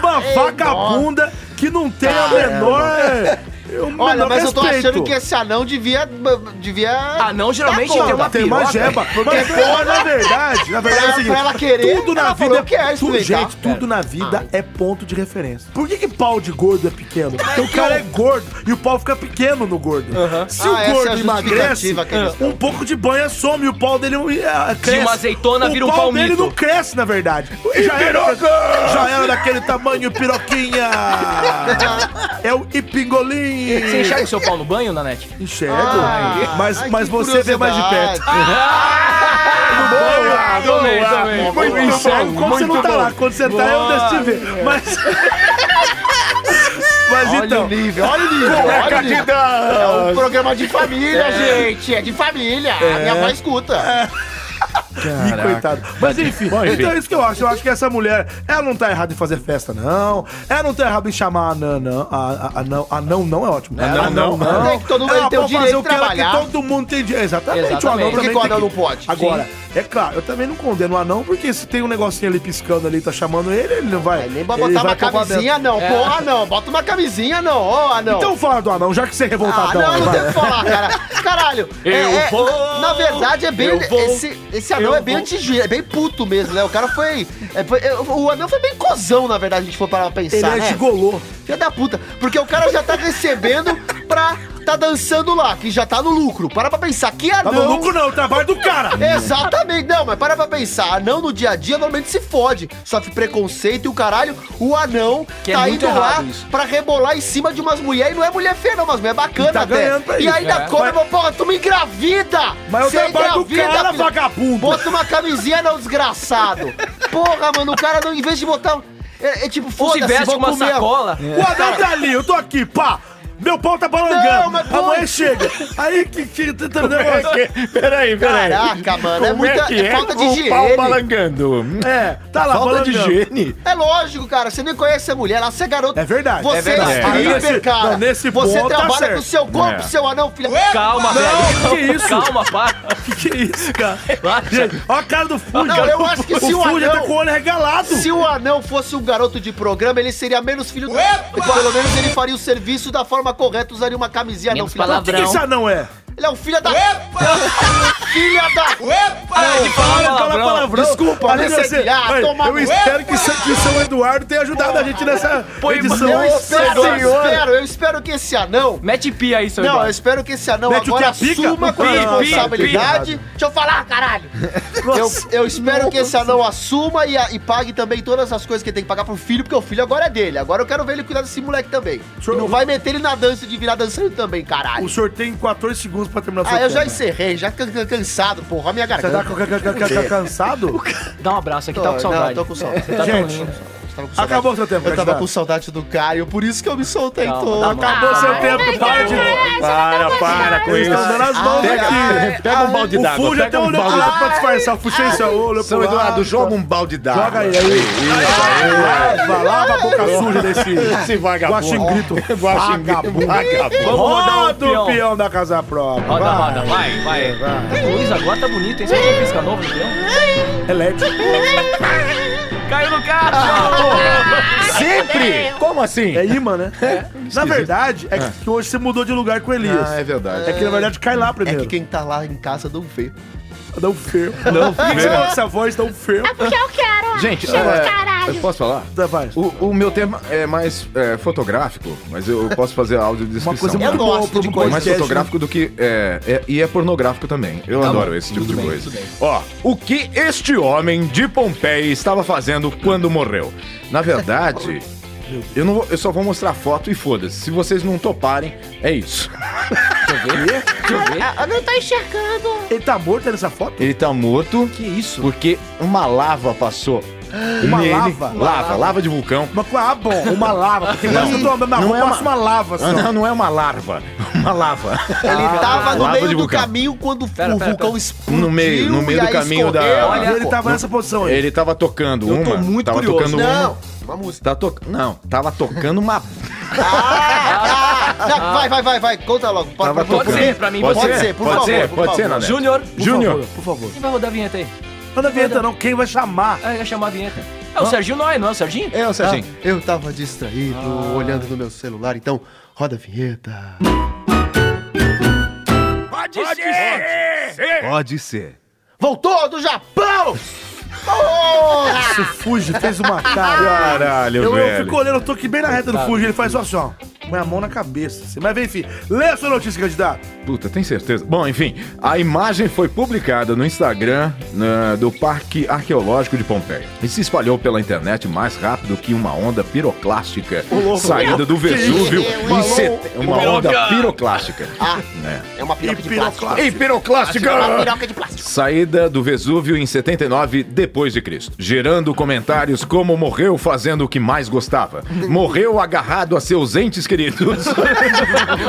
uma vagabunda que não tem a menor. O menor
Olha, mas eu tô
respeito.
achando que esse anão devia. devia.
Anão geralmente
Tá bom,
tem uma
Tem
piroca.
uma jeba. Mas, porra, na verdade, na verdade é o
Pra-
seguinte.
pra ela querer,
tudo na
ela
vida.
falou que é, Ah.
tudo,
explicar.
gente, tudo na vida é ponto de referência. Por que, que pau de gordo é pequeno? Porque o cara é gordo e o pau fica pequeno no gordo. Se
Ah, essa
o
é
gordo
a
emagrece,
justificativa que eles
um pouco de banha some e o pau dele é, cresce.
uma azeitona vira um
O pau
palmito.
dele não cresce, na verdade. Já era, já era daquele tamanho, piroquinha. é o ipingolim.
Você enxerga o seu pau no banho, Nanete?
Enxergo.
Ah,
mas
ai,
mas
que
você vê mais de
curiosidade.
perto. Ah,
Também, também.
Muito bom. Quando você não tá lá, quando você tá, eu deixo te ver. Mas. Mas então.
nível, olha o nível. Olha o nível. É um programa de família, gente. É de família. A
É.
minha avó escuta.
Ih, coitado. Mas enfim, então é isso que eu acho. Eu acho que essa mulher, ela não tá errada em fazer festa, não. Ela não tá errada em chamar a Nan, não. A, a, a não, a não, não é ótimo. A
não,
não. É que todo mundo
Ela
tem o
pode
direito
fazer
de
o que ela que
trabalhar.
todo mundo tem direito. Exatamente. O anão
Exatamente.
Por que
também
que o anão
tem
não pode?
Agora, é claro, eu também não condeno o anão, porque se tem um negocinho ali piscando ali, tá chamando ele, ele não vai.
É, nem pra
ele
botar
vai
uma
pra lá dentro.
camisinha, não. Porra, não. Bota uma camisinha, não. Ó, anão.
Então fala do anão, já que você é
Ah,
revoltadão.
não, não
vai.
tem o que falar, cara. Caralho.
Eu
é- é-
vou,
na- na verdade, é bem.
eu vou,
Esse, esse anão é bem antijuiz, é bem puto mesmo, né? O cara foi. é, foi- é, o anão foi bem cozão, na verdade, a gente for parar pra
Ele
pensar.
é
né?
gigolô.
Filha da puta. Porque o cara já tá recebendo pra tá dançando lá, que já tá no lucro. Para pra pensar. Que
Tá
anão.
maluco não, o trabalho do cara.
Exatamente, não, mas para pra pensar, anão no dia a dia normalmente se fode, sofre preconceito e o caralho, o anão
Que é
tá
muito
indo lá
errado isso.
pra rebolar em cima de umas mulheres, e não é mulher feia não, mas mulher bacana
E tá
até.
ganhando pra
e
isso,
ainda
é.
cobra,
Mas-
mas... porra, tu me engravida!
Mas o
Você
trabalho do
engravida,
cara,
filho.
vagabundo.
Bota uma camisinha, não, desgraçado! Porra, mano, o cara não, em vez de botar... É, é tipo,
Ou se
foda-se,
veste com
vou
uma
É.
comer.
sacola.
O anão tá ali, eu tô aqui, pá. Meu pau tá balangando.
Não, mas pô-
Amanhã chega. Aí que que tá dando
Peraí, peraí.
Caraca, mano, é
Como
muita
que
é falta de
o pau
higiene.
balangando.
É, tá lá
falta de
balangando.
higiene.
É lógico, cara. Você nem conhece a mulher, lá você é garoto.
É verdade,
Você
é
é,
verdade.
stripper,
É, nesse-
cara.
não, nesse
você
ponto tá
trabalha
certo.
com o seu corpo,
É.
seu anão, filha.
Calma, velho.
Que isso?
Calma, para.
Que isso, cara?
Relaxa.
Gente, Olha a cara do Fuji.
Não, eu acho que
o
se o
Fuji tá
anão-
com o olho regalado.
Se o anão fosse um garoto de programa, ele seria menos filho do. Pelo menos ele faria o serviço da forma correta, usaria uma camisinha não
Menos
filha da.
O que, que esse anão é?
Ele é um filho da. filha da.
Para de falar
Fala
palavrão.
palavrão.
Desculpa,
Olha,
mas esse- Ah,
Olha,
toma
Eu
no-
espero que, se- que o São Eduardo tenha ajudado a gente nessa
Põe
edição.
Eu espero, eu
Senhora.
espero, eu espero que esse anão.
Mete pia aí, seu
Não, eu
Eduardo.
espero que esse anão
Mete o
agora
que a pica?
assuma com
Pi, pi,
responsabilidade. Deixa eu falar, caralho. Eu, eu espero que esse anão assuma e, a- e pague também todas as coisas que ele tem que pagar pro filho, porque o filho agora é dele. Agora eu quero ver ele cuidar desse moleque também.
Senhor,
E não
o-
vai meter ele na dança de virar dançando também,
O
caralho.
senhor tem 14 segundos pra terminar o seu
Ah, eu já
tema.
encerrei, já can- can- cansado, porra, a minha
Você
garganta.
tá ca- ca- ca- ca- cansado?
Dá um abraço aqui,
Tô-
tá com saudade.
Não, tô com saudade.
Tá tão
Gente,
lindo.
Tava com saudade.
acabou o seu tempo.
Eu tava
candidato.
com saudade do Caio, por isso que eu me soltei
Calma,
todo. É
dá uma-
Acabou
Acabou o seu tempo. Para de...
tá
Para, para
Ah,
com
Eles
isso.
estão dando as mãos
Ai,
aqui.
ai,
Pega um balde
O
d'água.
Fuji até
pega um
olhou pro
balde
lado pra disfarçar. O Fuji só olhou pro
São
lado.
Eduardo, joga um balde d'água.
Joga aí, aí. Lava, lava a boca suja desse...
Esse vagabundo.
Guaxingrito.
Guaxingrito. Vagabundo.
Vamos rodar um
Roda o
peão.
peão da casa própria.
Roda,
vai.
roda, vai, vai. Luiz, agora tá bonito, hein? Você viu o pisca novo então? do peão?
Elétrico.
Caiu no caixa!
Sempre! Como assim?
É imã, né? Na verdade, é que hoje você mudou de lugar com o Elias.
Ah, é verdade.
É que na verdade cai lá
É
primeiro.
que quem tá lá em casa não vê.
Não feio. Não feio. Por que você falou com essa voz tão feio?
É porque eu quero.
Gente,
chega
é,
de caralho.
eu posso falar?
Tá, vai.
O, o meu tema é mais é, fotográfico, mas eu posso fazer áudio de descrição.
coisa
É
Eu
muito boa
gosto de
pro
mais
coisa.
podcast,
fotográfico do que. É, é- e é pornográfico também. Eu adoro esse tipo de coisa. Ó, o que este homem de Pompeia estava fazendo quando morreu? Na verdade. Eu, não vou- eu só vou mostrar foto e foda-se. Se vocês não toparem, é isso.
Eu não tô enxergando.
Ele tá morto nessa foto?
Ele tá morto
Que isso?
porque uma lava passou.
Uma
nele.
lava?
Lava, lava de vulcão.
Mas, ah, bom, uma lava. Porque
Não,
parece que eu tô andando na
não
rua,
é uma-
passa uma lava. Assim,
Ah,
ó.
Não, não é uma larva. Uma lava.
Ele
tá
tava no
lava de
meio do
vulcão.
caminho quando
Pera,
o
pera,
vulcão
pera.
explodiu.
No meio- no meio
e
do
aí
caminho da-
escorreu.
Olha,
E ele tava nessa posição aí.
Ah, Ele tava tocando
Eu
uma.
tô muito
tava
curioso.
tocando
Não,
uma.
uma música.
Tá to... Não, tava tocando uma.
Ah, não, vai, vai, vai, vai. Conta logo. Pode,
Tava
pode,
Pode
pode
tocando.
ser, pra mim,
pode ser. por
pode
favor,
ser,
por
pode ser,
favor.
Nané.
Júnior,
Por
Júnior.
favor, Por favor.
quem vai rodar a vinheta aí?
Manda a vinheta, não. Quem vai chamar?
Ah, eu ia chamar a vinheta. É o Serginho Noé, não é o Serginho?
É, o Serginho.
Ah, eu tava distraído,
Ah.
olhando no meu celular, então roda a vinheta.
Pode, ser. Pode ser.
Voltou do Japão!
Nossa, o Fuji fez uma cara.
Caralho,
Ah, Eu, eu
velho.
fico olhando, eu tô aqui bem na reta do Fuji. Ele faz só assim, ó. Põe a mão na cabeça. assim. Mas enfim, lê a sua notícia, candidato.
Puta, tem certeza? Bom, enfim, a imagem foi publicada no Instagram né, do Parque Arqueológico de Pompeia e se espalhou pela internet mais rápido que uma onda piroclástica saída do Vesúvio em sete... Uma onda piroclástica.
Ah,
né?
é uma piroca de plástico.
piroclástica.
Ei, piroclástica!
Uma piroca de plástico.
Saída do Vesúvio em 79 depois de Cristo, gerando comentários como morreu fazendo o que mais gostava, morreu agarrado a seus entes queridos,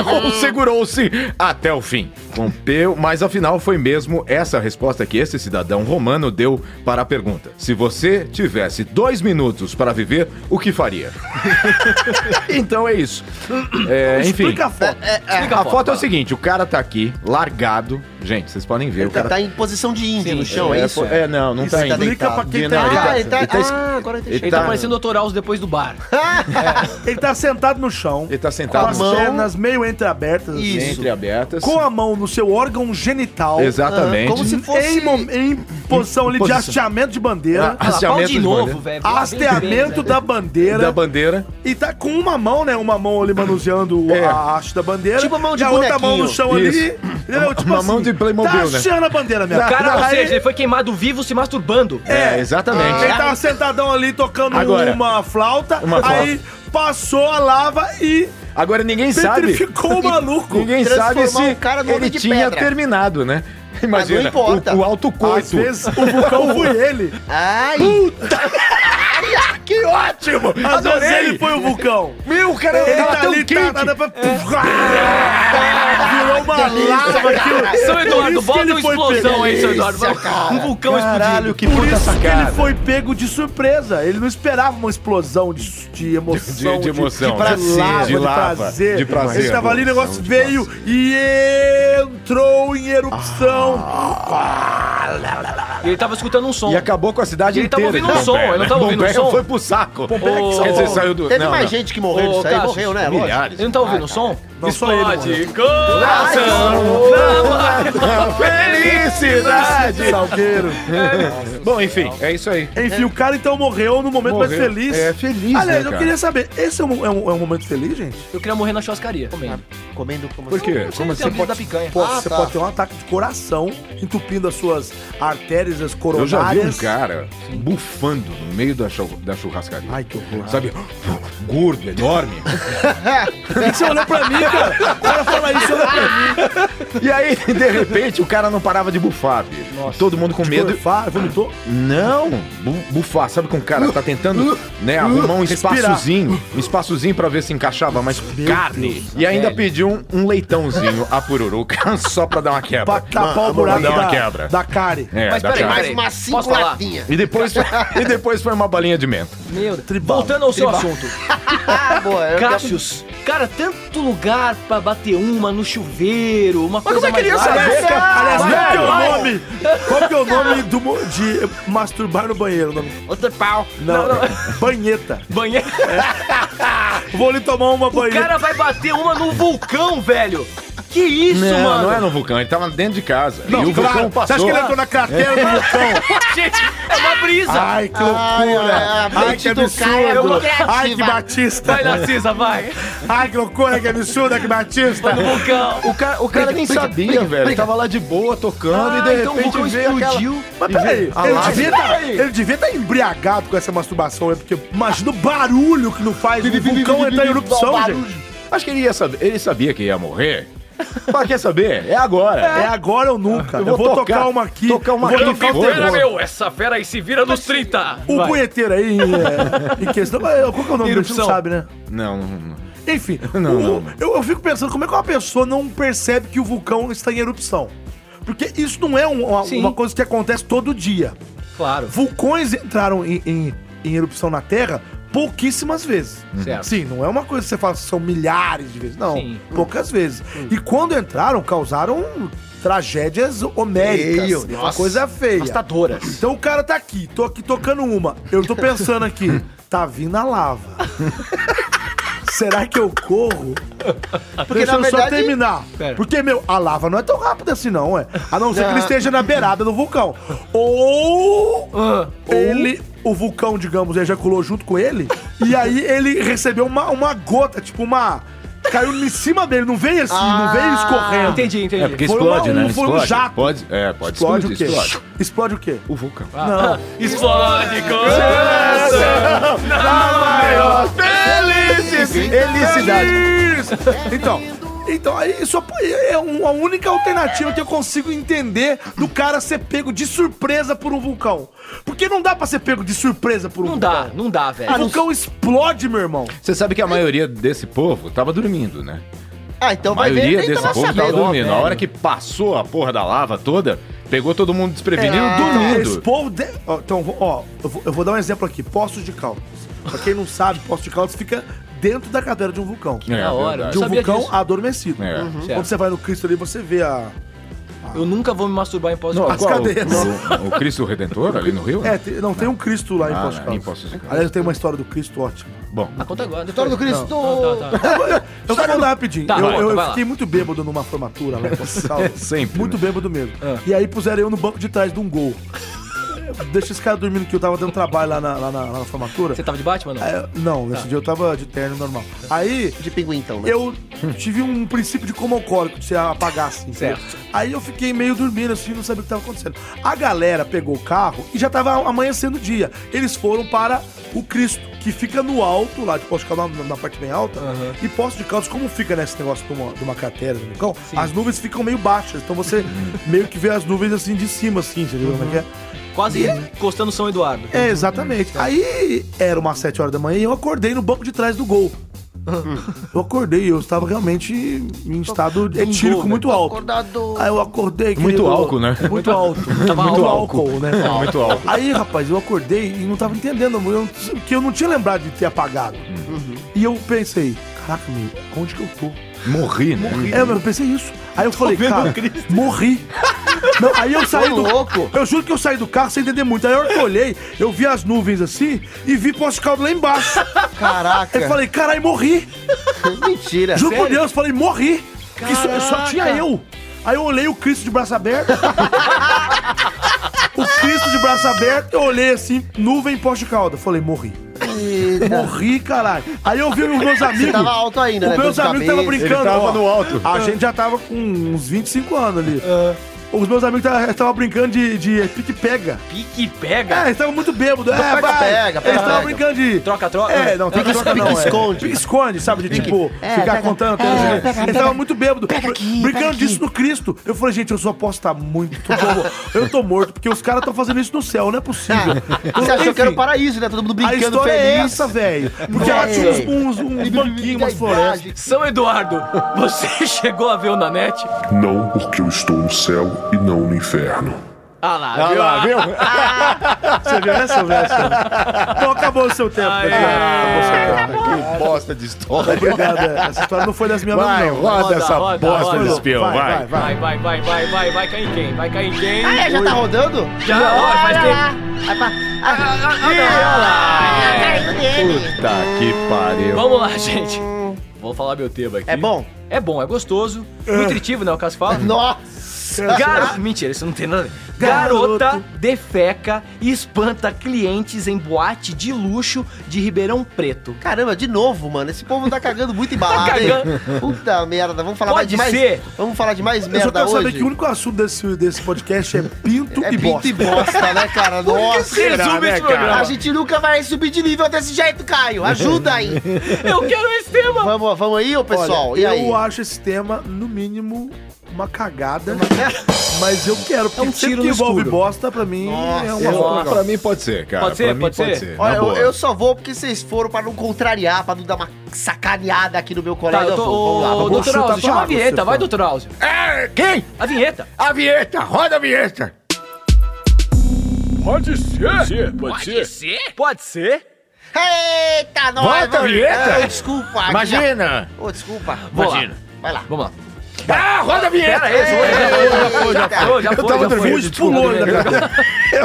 ou segurou-se até o fim. Pompeu, mas afinal foi mesmo essa a resposta que esse cidadão romano deu para a pergunta: se você tivesse dois minutos para viver, o que faria? então é isso. É, enfim.
Explica a foto.
Explica
A foto é o seguinte, o cara tá aqui, largado. Gente, vocês podem ver. o
Ele
cara
tá em posição de índio no chão, é,
é,
isso?
pô- é, não, não tá
Isso,
indo.
tá
Explica pra quem
Não,
tá...
ele tá-
ele tá,
ele tá es-
ah, agora eu entendi.
Ele tá parecendo o Dr. House depois do bar.
Ele tá sentado no chão.
Ele tá
Com
sentado
as
no
mão.
pernas meio entreabertas. assim.
Isso.
entreabertas.
Com a mão no seu órgão genital.
Exatamente.
Como se fosse...
Em, mom- em posição ali de
Posição.
hasteamento de bandeira.
Ah, Hasteamento
pau
de
de novo,
bandeira.
velho.
Hasteamento da bandeira.
da bandeira.
E tá com uma mão, né? Uma mão ali manuseando
É.
a haste da bandeira.
Tipo mão de
e a outra
bonequinho.
mão no chão ali.
Isso.
Entendeu? Tipo
Uma mão de Playmobil,
tá
né?
hasteando a bandeira mesmo.
O cara, ou
Aí-
seja, ele foi queimado vivo se masturbando.
É,
É.
exatamente.
Ele tava sentadão ali tocando
Agora.
uma flauta.
Uma
aí passou a lava e
Agora ninguém sabe.
petrificou o maluco.
Ninguém sabe se
Transformar o cara no
ele
homem de
tinha
pedra.
terminado, né? Imagina,
importa.
o, o alto
Às
coito.
vezes o vulcão foi ele.
Ai! Puta! que
que ótimo!
Às vezes
Adorei!
ele foi o vulcão.
Meu, cara,
Ele
tava
tá
tão
ali, tá,
quente.
tá, tá, pra- Virou uma lava aquilo.
São
Por
Eduardo,
isso que
bota
ele
uma
foi
explosão
pego.
aí, São Eduardo. Um vulcão explodindo.
Por isso que ele foi pego de surpresa. Ele não esperava uma explosão de, de emoção.
De- de emoção,
de, prazer,
de-
de,
de lava,
prazer.
de prazer.
Ele tava ali, o negócio
Emoção, de
veio e entrou em erupção.
E ele tava escutando um som.
E acabou com a cidade
Ele tava
inteira.
ouvindo um som, ele não tava ouvindo um
Pompeia
som.
então. foi pro saco.
Ô,
Quer dizer, saiu do...
Teve
não,
mais
não.
gente que morreu disso aí,
Ô,
morreu, né? Lógico.
Milhares.
Ele não tá ouvindo o som?
Não só ele, mano.
Felicidade!
Salgueiro.
Bom, enfim, é isso aí.
Enfim, o cara então morreu no momento mais
Morreu.
feliz.
É, feliz, né,
Aliás, eu
cara?
queria saber, esse é um, é um- é um momento feliz, gente?
Eu queria morrer na churrascaria. Comendo.
Comendo como
Por quê?
Como assim? Pode... da picanha.
Pô,
Ah,
você
tá.
pode ter um ataque de coração, entupindo as suas artérias, as
Eu já vi
coronárias.
um cara bufando no meio da, chur- da churrascaria.
Ai, que horror.
Sabe? Gordo, enorme.
Por que que você olhou pra mim, cara? O cara fala isso, olha pra mim.
E aí, de repente, o cara não parava de bufar, bicho. Todo mundo com medo.
tipo, Fa- Vomitou?
Não, bu- bufar. Sabe quando o cara tá tentando, né, arrumar um
respirar.
espaçozinho, um espaçozinho pra ver se encaixava mais carne. e ainda pediu um, um leitãozinho a pururuca só pra dar uma
Pra
quebra.
tapar o
pra
tá buraco
dar uma
da,
quebra.
da cárie.
É,
Mas
dá
peraí, mas-
tchau.
Mais uma
Posso
cinco
falar?
latinha.
E depois, e depois foi uma balinha de menta.
Meu Deus. Voltando ao seu assunto.
Ah, boa. eu-
Cássius, cara, tanto lugar pra bater uma no chuveiro, uma coisa
como é que ele
mais
ia
larga.
saber,
Aliás,
cara?
qual que é o
Vai,
nome? Qual que é o nome do, mo- de masturbar no banheiro? o Nome?
Outro pau.
Não, banheta.
Banheiro.
Vou lhe tomar uma
O
banheta.
cara vai bater uma no vulcão, velho. Que isso,
Não,
mano?
não é no vulcão, ele tava dentro de casa.
Não,
e o
claro.
vulcão passou.
Você acha é um que ele entrou na cratera do vulcão?
Gente, é uma brisa.
Ai, que
Ai,
loucura.
a- a
Ai,
mente
que
do cara é
absurdo.
muito
Ai, que
criativa.
batista.
Vai, Narcisa, vai.
Ai, que loucura, que absurdo, é que batista.
Vai no vulcão.
O cara, o cara nem sabia, velho. Ele tava lá de boa, tocando, e
Ah,
de
então o
repente
vulcão
veio aquela...
explodiu.
Mas peraí,
Ah
ele
lá,
devia tá, ele devia estar embriagado com essa masturbação, né? Porque imagina o barulho que não faz um vulcão entrar em erupção, gente.
Acho que ele ia saber. Ele sabia que ia morrer. Mas quer saber? É agora.
É agora ou nunca. Eu vou, tocar, uma aqui.
Tocar uma
eu vou
aqui.
tocar o
Foi,
Fera,
terror.
meu, essa fera aí se vira nos 30.
O punheteiro aí, é, em questão. mas Qual que é o nome dele? Você não
Erupção.
sabe, né?
Não, não, não.
Enfim,
Não,
o-
não.
Eu, eu fico pensando como é que uma pessoa não percebe que o vulcão está em erupção. Porque isso não é um- uma,
Sim.
uma coisa que acontece todo dia.
Claro.
Vulcões entraram em, em- em erupção na Terra pouquíssimas vezes.
Certo.
Sim, não é uma coisa que você fala são milhares de vezes. Não,
Sim.
poucas vezes. E quando entraram, causaram tragédias homéricas.
Meu,
uma
nossa.
coisa feia.
tá
Gastadoras.
Então o cara tá aqui, tô aqui tocando uma. Eu tô pensando aqui, tá vindo a lava. Será que eu corro? Porque Deixa
na
eu só
verdade-
terminar.
Pera.
Porque, meu, a lava não é tão rápida assim, não, é. A não ser que
Não.
ele esteja na beirada do vulcão. Ou
Ah,
ele, o vulcão, digamos, ejaculou junto com ele, e aí ele recebeu uma, uma gota, tipo uma. Caiu em cima dele, não veio assim, não veio escorrendo.
entendi, entendi.
É porque
Foi
explode,
uma- um-
né?
foi um
Explode.
jato.
Pode, é, pode
Explode,
explodir,
o quê?
explode.
Explode o quê?
O vulcão.
Não.
Explode com
Felicidade.
Então, então aí isso é um- a única alternativa que eu consigo entender do cara ser pego de surpresa por um vulcão. Porque não dá pra ser pego de surpresa por um
Não
vulcão.
dá, não dá,
O
velho.
vulcão explode, meu irmão.
Você sabe que a maioria desse povo tava dormindo, né?
Ah, então
A
vai ver,
maioria
nem
desse
tava
povo tava
sabendo.
dormindo. Na hora que passou a porra da lava toda, pegou todo mundo desprevenido
É, Esse
dormindo.
povo. Ah, de- ó, então, ó, eu vou, eu vou dar um exemplo aqui: Poços de Caldas. Pra quem não sabe, Poços de Caldas fica dentro da cadeira de um vulcão.
É,
Na hora.
verdade.
De um
sabia
vulcão
disso.
adormecido.
É. Uhum.
Quando você vai no Cristo ali, você vê a.
Eu nunca vou me masturbar em pós
Não,
de
As
qual?
cadeias.
O, o Cristo Redentor ali no Rio?
É, tem- não, tem um Cristo lá em
Ah,
Poços de
em
Caldas.
Poços de Caldas.
Aliás, eu tenho uma história do Cristo ótima.
Bom,
Ah, conta agora. depois.
Vitória do Cristo.
Tá, tá, tá.
Eu só vou dar rapidinho.
Tá,
eu
vai,
eu- eu
vai lá. né?
fiquei muito bêbado numa formatura né, lá em Porto Caldas.
Sempre,
Muito bêbado mesmo.
Ah.
E aí puseram eu no banco de trás de um gol. Deixa esse cara dormindo que eu tava dando trabalho lá na, lá na- lá na formatura.
Você Tá. tava de Batman, não?
Aí eu- não, nesse dia eu tava de terno normal. Aí
De pinguim, então, né?
eu tive um princípio de como alcoólico, de se apagar assim. entendeu? Aí eu fiquei meio dormindo assim, não sabia o que tava acontecendo. A galera pegou o carro e já tava amanhecendo o dia. Eles foram para o Cristo, que fica no alto lá, tipo, de Poço de Caldas, na, na é parte bem alta. E Poço de Caldas, como fica nesse negócio de uma, de uma cratera, de um vulcão, as nuvens ficam meio baixas. Então você meio que vê as nuvens assim de cima, assim, você viu como é que é?
Quase encostando São Eduardo.
É, exatamente.
Uhum.
Aí era umas 7 horas da manhã e eu acordei no banco de trás do gol.
Uhum.
Eu acordei, eu estava realmente em estado de etílico muito alto. Aí eu acordei.
Muito álcool, né?
Muito alto.
Tava
muito
álcool.
álcool, né?
É, muito álcool.
Aí, rapaz, eu acordei e não tava entendendo, eu, que eu não tinha lembrado de ter apagado.
Uhum.
E eu pensei, caraca, meu, onde que eu tô?
Morri, né?
É, eu pensei isso. Aí eu falei,
vendo
cara,
o Cristo.
morri. Não, aí eu saí
Ô,
do
louco.
Eu juro que eu saí do carro sem entender muito. Aí a hora que eu olhei, eu vi as nuvens assim e vi Poço de Caldo lá embaixo.
Caraca.
Aí eu falei, caralho, morri.
Mentira.
Juro por Deus, falei, morri. Que só, só tinha eu. Aí eu olhei o Cristo de braço aberto. o Cristo de braço aberto, eu olhei assim, nuvem, poste calda. Falei, morri. Morri, caralho. Aí eu vi os meus amigos.
tava alto ainda, né?
Os meus
Dor de
amigos estavam
cabeça.
brincando.
Ele tava
ó.
no alto.
A gente já tava com uns 25 anos ali. Os meus amigos estavam brincando de, de pique-pega.
Pique
É,
pega.
eles estavam muito bêbados. É,
pega,
vai.
pega, pega,
Eles
pega.
estavam brincando de.
Troca, troca.
É, não,
Pique-
troca-troca não.
pique-esconde.
é. Pique-esconde, sabe? De tipo,
É,
ficar
pega-
contando.
é,
É,
pega,
eles
pega.
estavam muito bêbados.
Pega aqui,
brincando
pega aqui.
disso no Cristo. Eu falei, gente, eu só posso estar muito. tô- eu tô morto, porque os caras estão fazendo isso no céu, não é possível.
Você achou que era o
Enfim.
paraíso, né? Todo mundo
A
brincando
história é
feliz.
essa, velho. Porque ela tinha uns, uns, uns banquinhos, umas florestas.
São Eduardo, você chegou a ver o Nanete?
Não porque eu estou no céu e não no inferno.
Ah lá,
Olha
viu?
lá, viu?
Você viu essa, velho? Então acabou o seu tempo, pessoal. Acabou o seu tempo.
Tá
que bosta de história.
Obrigado. é. Essa história não foi das minhas
Vai,
mãos, não.
roda,
Roda,
essa
Tá, roda,
bosta
roda.
de espião,
vai,
vai.
Vai,
vai.
vai, vai, vai, vai, vai cair em quem? Vai cair em quem?
Ah, é, já tá rodando?
Já, ó, faz tempo.
Puta que pariu.
Vamos lá, gente. Vou falar meu tema aqui.
É bom?
É bom, é gostoso. Nutritivo, né? O caso fala.
Nossa.
Garo... Mentira, isso não tem nada a ver. Garota defeca e espanta clientes em boate de luxo de Ribeirão Preto.
Caramba, de novo, mano. Esse povo tá cagando muito embalado,
Tá
hein?
cagando.
Puta merda. Vamos falar
Pode
mais de
ser.
mais... Vamos falar de mais
Eu só
merda
quero saber
hoje?
que o único assunto desse, desse podcast é pinto
É
e
pinto
bosta.
e bosta, né, cara? Nossa.
Resume esse programa.
A gente nunca vai subir de nível desse jeito, Caio. Ajuda aí.
Eu quero esse tema!
vamos, vamos aí, ô pessoal?
Olha,
e aí?
eu acho esse tema, no mínimo, uma cagada. Mas eu quero, porque
É um
sempre
tiro
que
no
envolve
escuro.
bosta, pra mim, é
Nossa,
uma
Eu, pra mim pode ser, cara.
Pode ser,
pra mim
pode
pode,
ser.
ser. na
Olha, eu,
boa.
eu só vou porque vocês foram pra não contrariar, pra não dar uma sacaneada aqui no meu
Tá,
colega.
eu tô.
Vamos lá,
Ô,
vamos lá.
doutor
chutar
Alves,
pra
chama a
água,
vinheta,
seu
vai,
fã.
doutor Alves.
É, quem?
A vinheta!
A vinheta, roda a vinheta.
Pode ser, pode ser.
Pode ser?
Eita, nós!
Bota a
vamos-
vinheta.
Ah, desculpa. aqui já-
Imagina.
Ô, desculpa.
Vou lá.
Imagina. Vai lá.
Vamos lá.
Ah, roda a vinheta.
Pera aí, já foi, já foi, já foi, já foi.
Eu tava
já foi.
dormindo,
Desculpa,
pulou
dormi.
ainda, cara.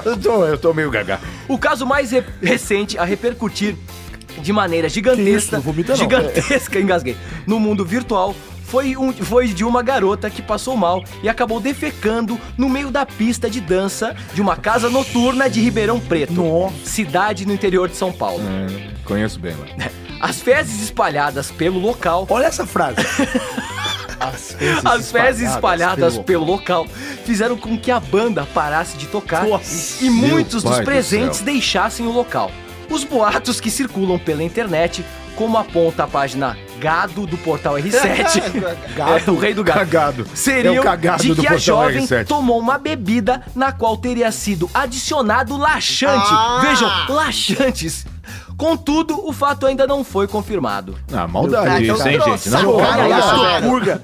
Eu tô, eu tô meio gaga.
O caso mais re- recente a repercutir de maneira gigantesca,
Não vomita, não.
gigantesca, engasguei, no mundo virtual foi, um, foi de uma garota que passou mal e acabou defecando no meio da pista de dança de uma casa noturna de Ribeirão Preto, cidade no interior de São Paulo.
Hum.
Conheço bem, mano.
As fezes espalhadas pelo local
Olha essa frase.
As fezes espalhadas pelo local fizeram com que a banda parasse de tocar
Nossa,
e muitos
meu
dos
pai do
presentes
céu.
deixassem o local. Os boatos que circulam pela internet, como aponta a página Gado do portal R7, é, o rei do gado,
Cagado. É
seriam
o cagado
de
do
que a
portal
jovem
R7.
tomou uma bebida na qual teria sido adicionado laxante.
Ah!
Vejam, laxantes. Contudo, o fato ainda não foi confirmado.
Ah,
Cara,
maldade
então
isso, hein,
trouxe
gente? Na
Tipo,
sacanagem,
moral,
cara.
olha só.
Lactopurga.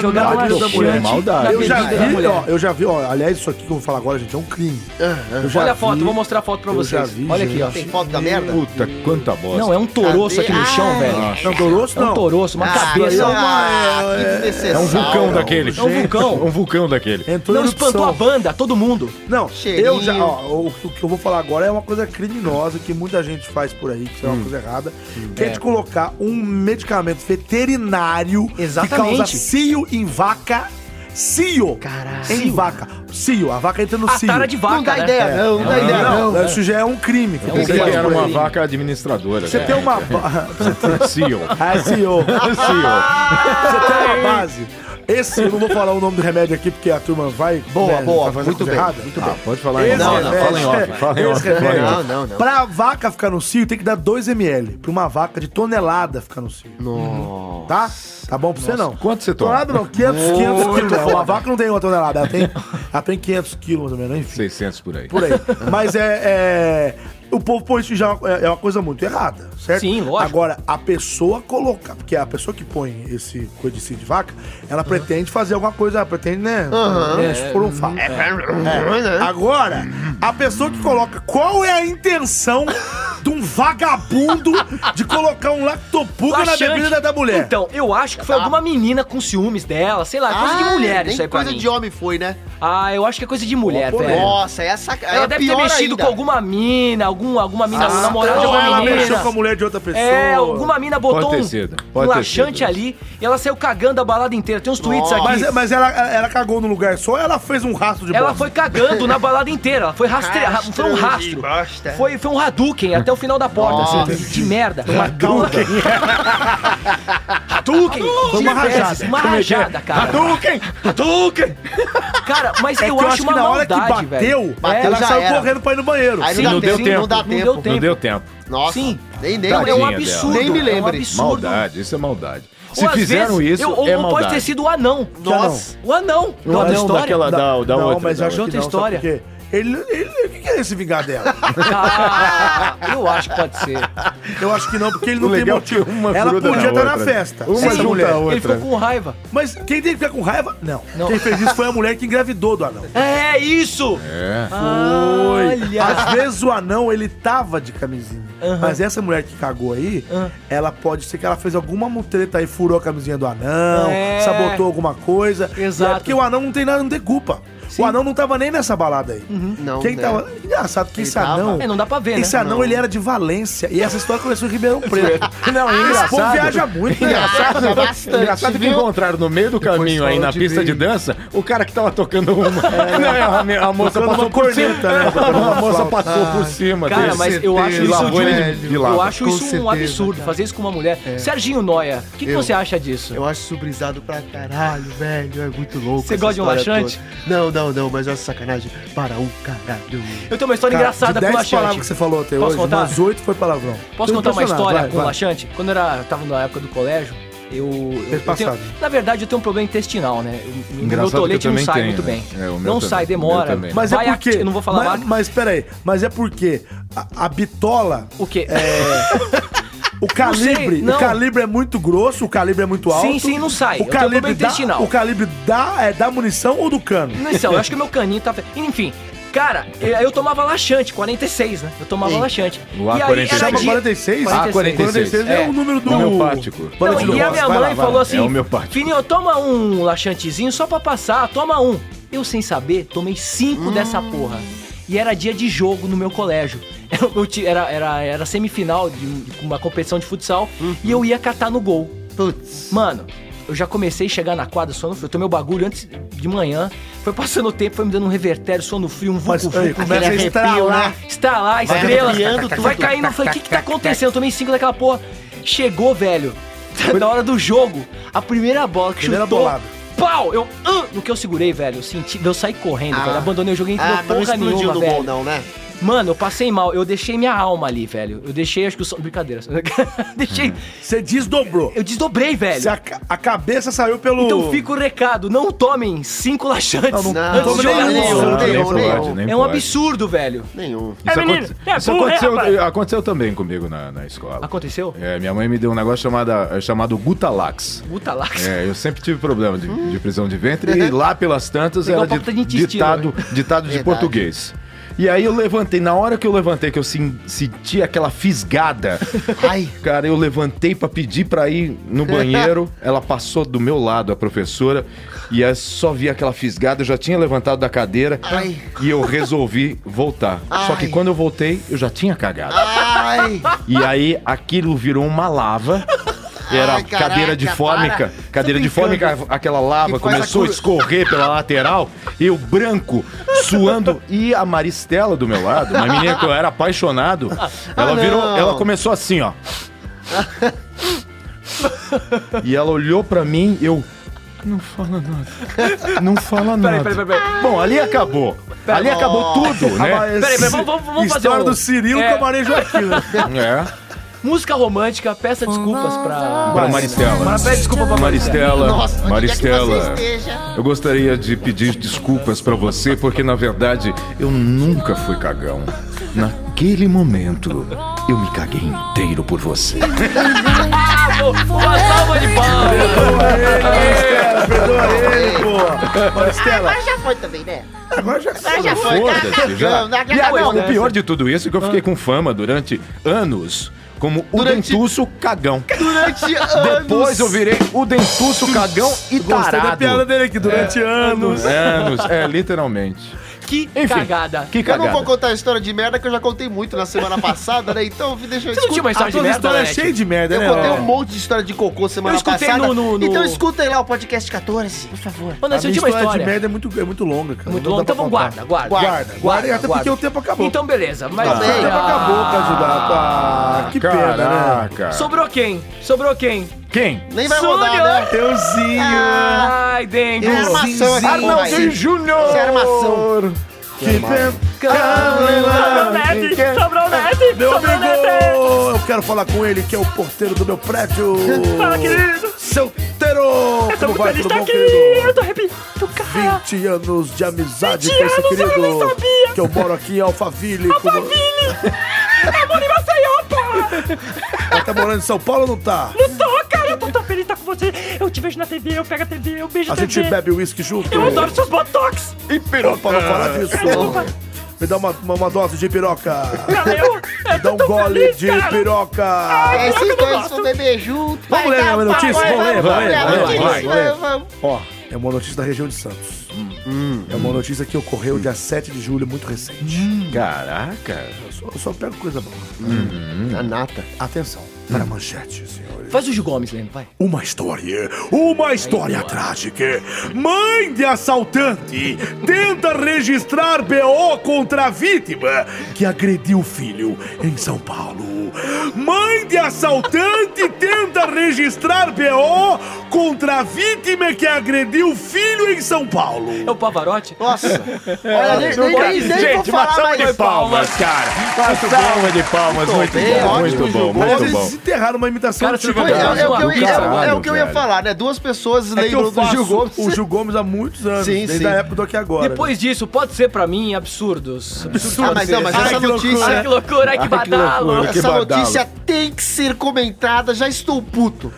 Jogaram lactopurga
cara.
no
Jogaram
marido da
laxante
mulher.
É maldade.
Eu já
bebida da
vi,
mulher.
ó, eu já vi, ó, aliás, isso aqui que eu vou falar agora, gente, é um crime. Eu já
Olha a foto,
vi-
vou mostrar a foto pra
eu já
vocês.
vi,
Olha aqui, ó.
gente.
Tem foto da merda?
Puta, quanta bosta.
Não, é um toroço
Cadê?
aqui no chão,
Ah,
velho.
Não, grosso
É um
não.
toroço, uma cabeça.
Ah, que
É um
desnecessário.
vulcão daquele.
É um vulcão.
Um vulcão daquele.
Entrou
Não
em
espantou a
erupção.
banda, todo mundo.
Não,
Cheirinho.
eu já. Ó, o, o que eu vou falar agora é uma coisa criminosa que muita gente faz por aí, que isso é uma coisa errada. Que é de colocar um medicamento veterinário
Exatamente.
que causa cio em vaca. Cio!
Caralho.
Em vaca. Cio, a vaca entra no
A
cio.
tara de
Não
vaca,
dá
né?
ideia, não. Não dá ideia,
Não,
não.
não, isso já é um crime. que
um
Eu
você
pensei
crime.
faz
que era
por
uma
aí.
vaca É. administradora. né?
Você tem uma. ba-
Seal.
Ah, cio.
Seal.
Você tem uma base. Esse, eu não vou falar o nome do remédio aqui, porque a turma vai. né,
Boa, boa,
vai fazer
muito
coisa
bem,
errada.
muito
Ah, pode falar em
Esse
off.
não,
Fala em off. Fala em
Esse
off.
é
Fala em
velho.
off.
Não, não, não.
Pra vaca ficar no cio, tem que dar 2 ml. Pra uma vaca de tonelada ficar no cio. Tá? Tá bom pra você não.
Quanto você toma?
Tonelada não, 500, 500 quilos. né? Uma vaca não tem uma tonelada, ela tem Ela tem 500 quilos, mais ou menos, enfim.
600 por aí.
Por aí. Mas é. é, O povo põe isso já é é uma coisa muito errada, certo?
Sim, lógico.
Agora, a pessoa colocar, porque a pessoa que põe esse codicil de vaca, ela pretende fazer alguma coisa, ela pretende, né?
Aham.
né,
É,
esporunfar. É. Agora, a pessoa que coloca, qual é a intenção de um vagabundo de colocar um lactopuga na
Laxante.
bebida da mulher?
Então, eu acho que
Tá.
foi alguma menina com ciúmes dela, sei lá, é coisa de mulher
nem
isso aí pra
Ah, coisa
mim.
de homem foi, né?
Ah, eu acho que é coisa de mulher, velho.
Nossa, essa é cara.
Ela deve ter mexido com alguma mina, algum, alguma mina
Ah,
namorada de
Ou Então, ela
alguma
mexeu com a
menina.
mulher de outra pessoa.
É, alguma mina botou
Pode ter
um,
sido,
um
pode ter
laxante
sido.
ali e ela saiu cagando a balada inteira. Tem uns tweets aqui.
Mas, mas ela, ela cagou no lugar só, ela fez um rastro de
Ela
bosta?
foi cagando na balada inteira. Ela foi rastrear.
Rastro
Foi um
de
rastro.
bosta.
Foi, foi um Hadouken até o final da porta. assim, de merda. Uma Hadouken. Hadouken.
Foi uma
diversas,
rajada.
Uma
Como é que é?
rajada, cara.
Hadouken!
Hadouken. Cara, mas
É
eu,
que
acho uma
que na hora que
maldade,
bateu,
velho. É,
bateu,
ela
já
saiu
era.
correndo pra ir no banheiro.
Aí
Sim,
não,
não
dá tempo,
deu tempo.
não dá
Não
tempo.
deu tempo.
Não deu tempo.
Nossa,
Sim.
nem, nem,
Não, é
nem,
um
Tadinha
absurdo.
dela. Nem me
É um
lembre.
absurdo.
Maldade, isso é maldade. Se
Ou às
fizeram
vezes,
isso,
eu- ou,
é
ou
maldade.
pode ter sido o anão.
Que anão?
Nossa. O anão. da outra
anão
história.
daquela- dá- dá
não,
outra,
mas
dá
eu acho que
outra.
não, sabe
História.
por quê? Ele, ele, o que que é esse vingar dela?
Ah, eu acho que pode ser.
Eu acho que não, porque ele não
O
tem
legal é que
motivo.
uma
ela
gruda
podia
na
estar na
outra.
festa.
Uma
essa
junta a
mulher.
outra.
Ele ficou com raiva.
Mas quem tem que ficar com raiva? Não.
Não.
Quem fez isso foi a mulher que engravidou do anão.
É isso.
É.
Ah, Olha.
Às vezes o anão, ele tava de camisinha.
Aham.
Mas essa mulher que cagou aí,
Aham.
ela pode ser que ela fez alguma mutreta aí, furou a camisinha do anão,
É.
sabotou alguma coisa.
Exato.
E é porque o anão não tem nada, não tem culpa.
Sim. Uhum.
O anão não tava nem nessa balada aí.
Não,
Quem
né?
tava... Engraçado que
Ele
esse anão...
tava.
É, não dá pra ver, né?
Esse anão, ele era de Valência. E essa história começou em Ribeirão Preto.
Não, é
Esse povo
engraçado.
viaja muito, né?
Engraçado,
Engraçado,
bastante,
engraçado que
viu?
encontraram no meio do caminho aí na
onde
pista de
veio.
dança o cara que tava tocando uma. Não, é, a, me- a moça
Tocando
passou
uma
por
corneta,
cima.
né? Tocando
A
uma
moça
flauta. Ah.
passou por cima.
Cara,
dele.
mas eu
é Certeza.
acho
E
isso
lavou ele de,
velho.
de
Eu
lava.
acho
com
isso um
certeza,
absurdo,
cara.
fazer isso com uma mulher. Serginho Noia, o que, que
Eu.
você acha disso?
Eu acho subrisado pra caralho, velho. É muito louco.
Você
essa
gosta de um
história
laxante?
toda. Não, não, não,
é
mas eu acho sacanagem para um caralho.
Eu tenho uma história
Cara,
engraçada
de
com
10
o laxante.
palavras que você falou até
Posso
hoje,
contar?
umas 8 foi palavrão.
Posso
Tô
contar uma
impressionado,
história
vai,
com o
vai.
laxante? Quando eu, era, eu tava na época do colégio, eu. eu- eu
passado.
tenho- na verdade, eu tenho um problema intestinal, né? Eu- meu
Engraçado que eu
tolete não
também
sai
tenho,
muito
né?
bem.
É, o meu
não
também.
sai,
O meu
demora.
também.
Mas
vai
é porque.
acti- Eu não vou falar
mas,
mais.
Mas peraí, mas é porque a, a bitola, é,
O quê?
o
sei,
calibre,
não.
o calibre é muito grosso, o calibre é muito alto.
Sim, sim, não sai.
O
Eu tenho problema
calibre, da,
intestinal.
o calibre da, é, da munição ou do cano?
Não, então, eu acho que meu caninho tá. Enfim. Cara, eu eu tomava laxante, 46, né? Eu tomava laxante.
O A46.
era
Chama
de-
46?
Ah, 46.
é,
É.
o número do...
Homeopático.
Bola
Não,
de
e a
luz.
minha
Vai lá,
mãe
vai lá.
falou assim:
É homeopático.
Fininho, toma um laxantezinho só pra passar, toma um. Eu, sem saber, tomei cinco dessa
Hum.
porra. E era dia de jogo no meu colégio. Era, o meu ti- era, era, era semifinal de um- de uma competição de futsal
Uhum.
e eu ia catar no gol.
Putz.
Mano, eu já comecei a chegar na quadra suando frio. Eu tomei o bagulho antes de manhã. Foi passando o tempo, foi me dando um revertério, suando frio, um
Mas,
vulco
aí,
frio.
Aquele
começa a
arrepio,
estralar.
né?
Estalar,
Vai
estrelas,
ampliando
tu vai
tudo.
caindo. Eu falei, o que que tá acontecendo? Eu tomei cinco daquela porra. Chegou, velho, na hora do jogo, a primeira bola que
Primeira
chutou...
bolada.
Pau! Eu, ah, no que eu segurei, velho, eu senti, eu saí correndo,
Ah.
velho, abandonei o jogo, não
Ah,
ah,
mas não
porra
explodiu
nenhuma,
no
velho.
gol, não, né?
Mano, eu passei mal, eu deixei minha alma ali, velho. Eu deixei, acho que o som... Brincadeira. deixei...
Você desdobrou.
Eu desdobrei, velho.
Se a, ca- a cabeça saiu pelo...
Então fica o recado, não tomem cinco laxantes
Não, não
antes de
tome
jogar nenhum.
nenhum.
Não, nem
Nenhum,
pode,
nenhum.
nem
É um
pode.
absurdo, velho.
Nenhum.
É,
Isso,
menino,
aconte-
é
isso
burro, é,
aconteceu,
rapaz?
aconteceu também comigo na, na escola.
Aconteceu?
É, minha mãe me deu um negócio chamada, chamado Gutalax.
Puta lá.
É, eu sempre tive problema de, de prisão de ventre e lá pelas tantas
Pegar
era
Hum. um pouco
di-
de intestino,
ditado, ditado de
Verdade.
português. E aí eu levantei, na hora que eu levantei, que eu sen- senti aquela fisgada,
Ai.
cara, eu levantei pra pedir pra ir no banheiro, ela passou do meu lado, a professora, e aí só vi aquela fisgada, eu já tinha levantado da cadeira
Ai.
e eu resolvi voltar. Só que
Ai.
quando eu voltei, eu já tinha cagado.
Ai.
E aí aquilo virou uma lava. Era
Ai, caraca,
cadeira de fórmica.
para.
Cadeira de fórmica, aquela lava
Que faz
começou
a
a,
cur-
escorrer pela lateral. Eu branco, suando. E a Maristela do meu lado, uma menina que eu era apaixonado, ela virou.
Ah, não.
Ela começou assim, ó. E ela olhou pra mim, eu. Não fala nada. Não fala nada.
Peraí, peraí, peraí. peraí.
Bom, ali acabou. ali acabou tudo, né?
Peraí,
Peraí,
peraí, vamos- vamos- vamos fazer
História
um-
do Cirilo
É.
Camarim Joaquim. né?
É.
música romântica, peça desculpas pra.
Pra Maristela.
Pra- Pede desculpa pra
Maristela.
é
Nossa, onde
Maristela.
quer que você esteja.
Eu gostaria de pedir desculpas pra você, porque na verdade eu nunca fui cagão. Naquele momento, eu me caguei inteiro por você.
Uma salva de
palmas! Perdoa ele, pô!
Ah,
Maristela.
Agora já foi também, né?
Agora já
Agora
é
já foi.
Tá
Foda-se, já.
Não, não,
E
não,
agora,
não.
o
né?
pior de tudo isso é que eu fiquei com fama durante anos como o dentuço cagão.
Durante anos.
Depois eu virei o dentuço cagão e tarado.
Gostei da piada dele aqui durante anos.
Anos, é, literalmente.
Que
cagada.
Que
Eu não
cagada.
vou contar a história de merda que eu já contei muito na semana passada, né? Então deixa eu
Você não tinha uma história
Ah,
de
toda
merda,
história
né,
é
Ed?
cheia de merda,
Eu
né?
contei um
monte de história de cocô semana
escutei no- no- no-
Então escutem lá o podcast 14, por favor.
Ô, Nancy, eu assim, tinha uma história.
de merda é muito, é muito longa, cara.
Muito
Não
longo,
dá pra
então vamos
contar.
guarda, guarda.
Guarda, guarda, até porque o tempo acabou.
Então beleza, mas.
Ah, o tempo acabou pra ajudar. Ah, que pena,
Caraca.
né?
Sobrou quem? Sobrou quem?
Quem?
Nem vai
Júnior.
rodar, né?
Euzinho.
Ai, Dengo.
Tem armação aqui.
Arnaldinho Júnior.
Tem armação.
que pena.
Sobrou o Ned! Sobrou o Ned!
Meu
Sobrou o Ned!
amigo, eu quero falar com ele, que é o porteiro do meu prédio.
Fala, querido!
Seu Teiro!
Eu tô muito
tá
feliz de estar aqui! Eu tô arrepiado, cara!
20 anos de amizade
20
com esse
anos, eu
querido.
nem sabia.
Que eu moro aqui em Alphaville. Alphaville!
Amor, e você, opa!
Tá morando em São Paulo ou não tá?
Não tô, cara! Eu tô tão feliz de estar com você! Eu te vejo na TV, eu pego a TV, eu beijo
A
a TV!
gente bebe uísque junto.
Eu adoro seus botox!
Piroca, não fala disso.
Desculpa.
Me dá uma, uma, uma dose de piroca.
Valeu! Eu
Dá
tô
um
tão
gole
feliz,
de
cara.
piroca.
Esses dois vão beber um junto.
Vamos ler minha notícia? Vamos ler, vamos ler, vamos ler, vamos ler.
vamos.
Ó, é uma notícia da região de Santos.
Hum.
é uma notícia que ocorreu dia 7 de julho, muito recente.
Hum.
Caraca.
Eu, só, eu só pego coisa boa.
Hum, A nata.
Atenção para a manchete, senhores.
Faz o Gil Gomes, Lembro, vai.
Uma história, uma história trágica. Mãe de assaltante tenta registrar BO contra a vítima que agrediu o filho em São Paulo. Mãe de assaltante tenta registrar BO contra a vítima que agrediu o filho em São Paulo.
É o Pavarotti?
Nossa. Olha, nem, nem, nem, nem vou
Gente, uma
falar
salva de
mais.
palmas, cara. Uma salva de palmas. Muito
bem,
bom,
ótimo
muito bom,
Mas
muito
eles
bom.
desenterraram uma imitação
Cara,
do Chico
Foi,
você vai-
é, é
Buarque.
o que eu, ia-
Caralho,
é o que eu ia
velho.
falar, né? Duas pessoas
É que
lembram
eu
do
faço
Gil Gomes.
o Gil Gomes há muitos anos,
Sim,
desde
sim.
a época do Aqui Agora. né?
Depois disso, pode ser pra mim absurdos.
É.
Ah, mas não, mas
Ai,
essa
que loucura.
notícia...
Ai, que loucura, ai, que
Ai, que
badalo.
loucura. que
Essa
badalo.
notícia tem que ser comentada. Já estou puto.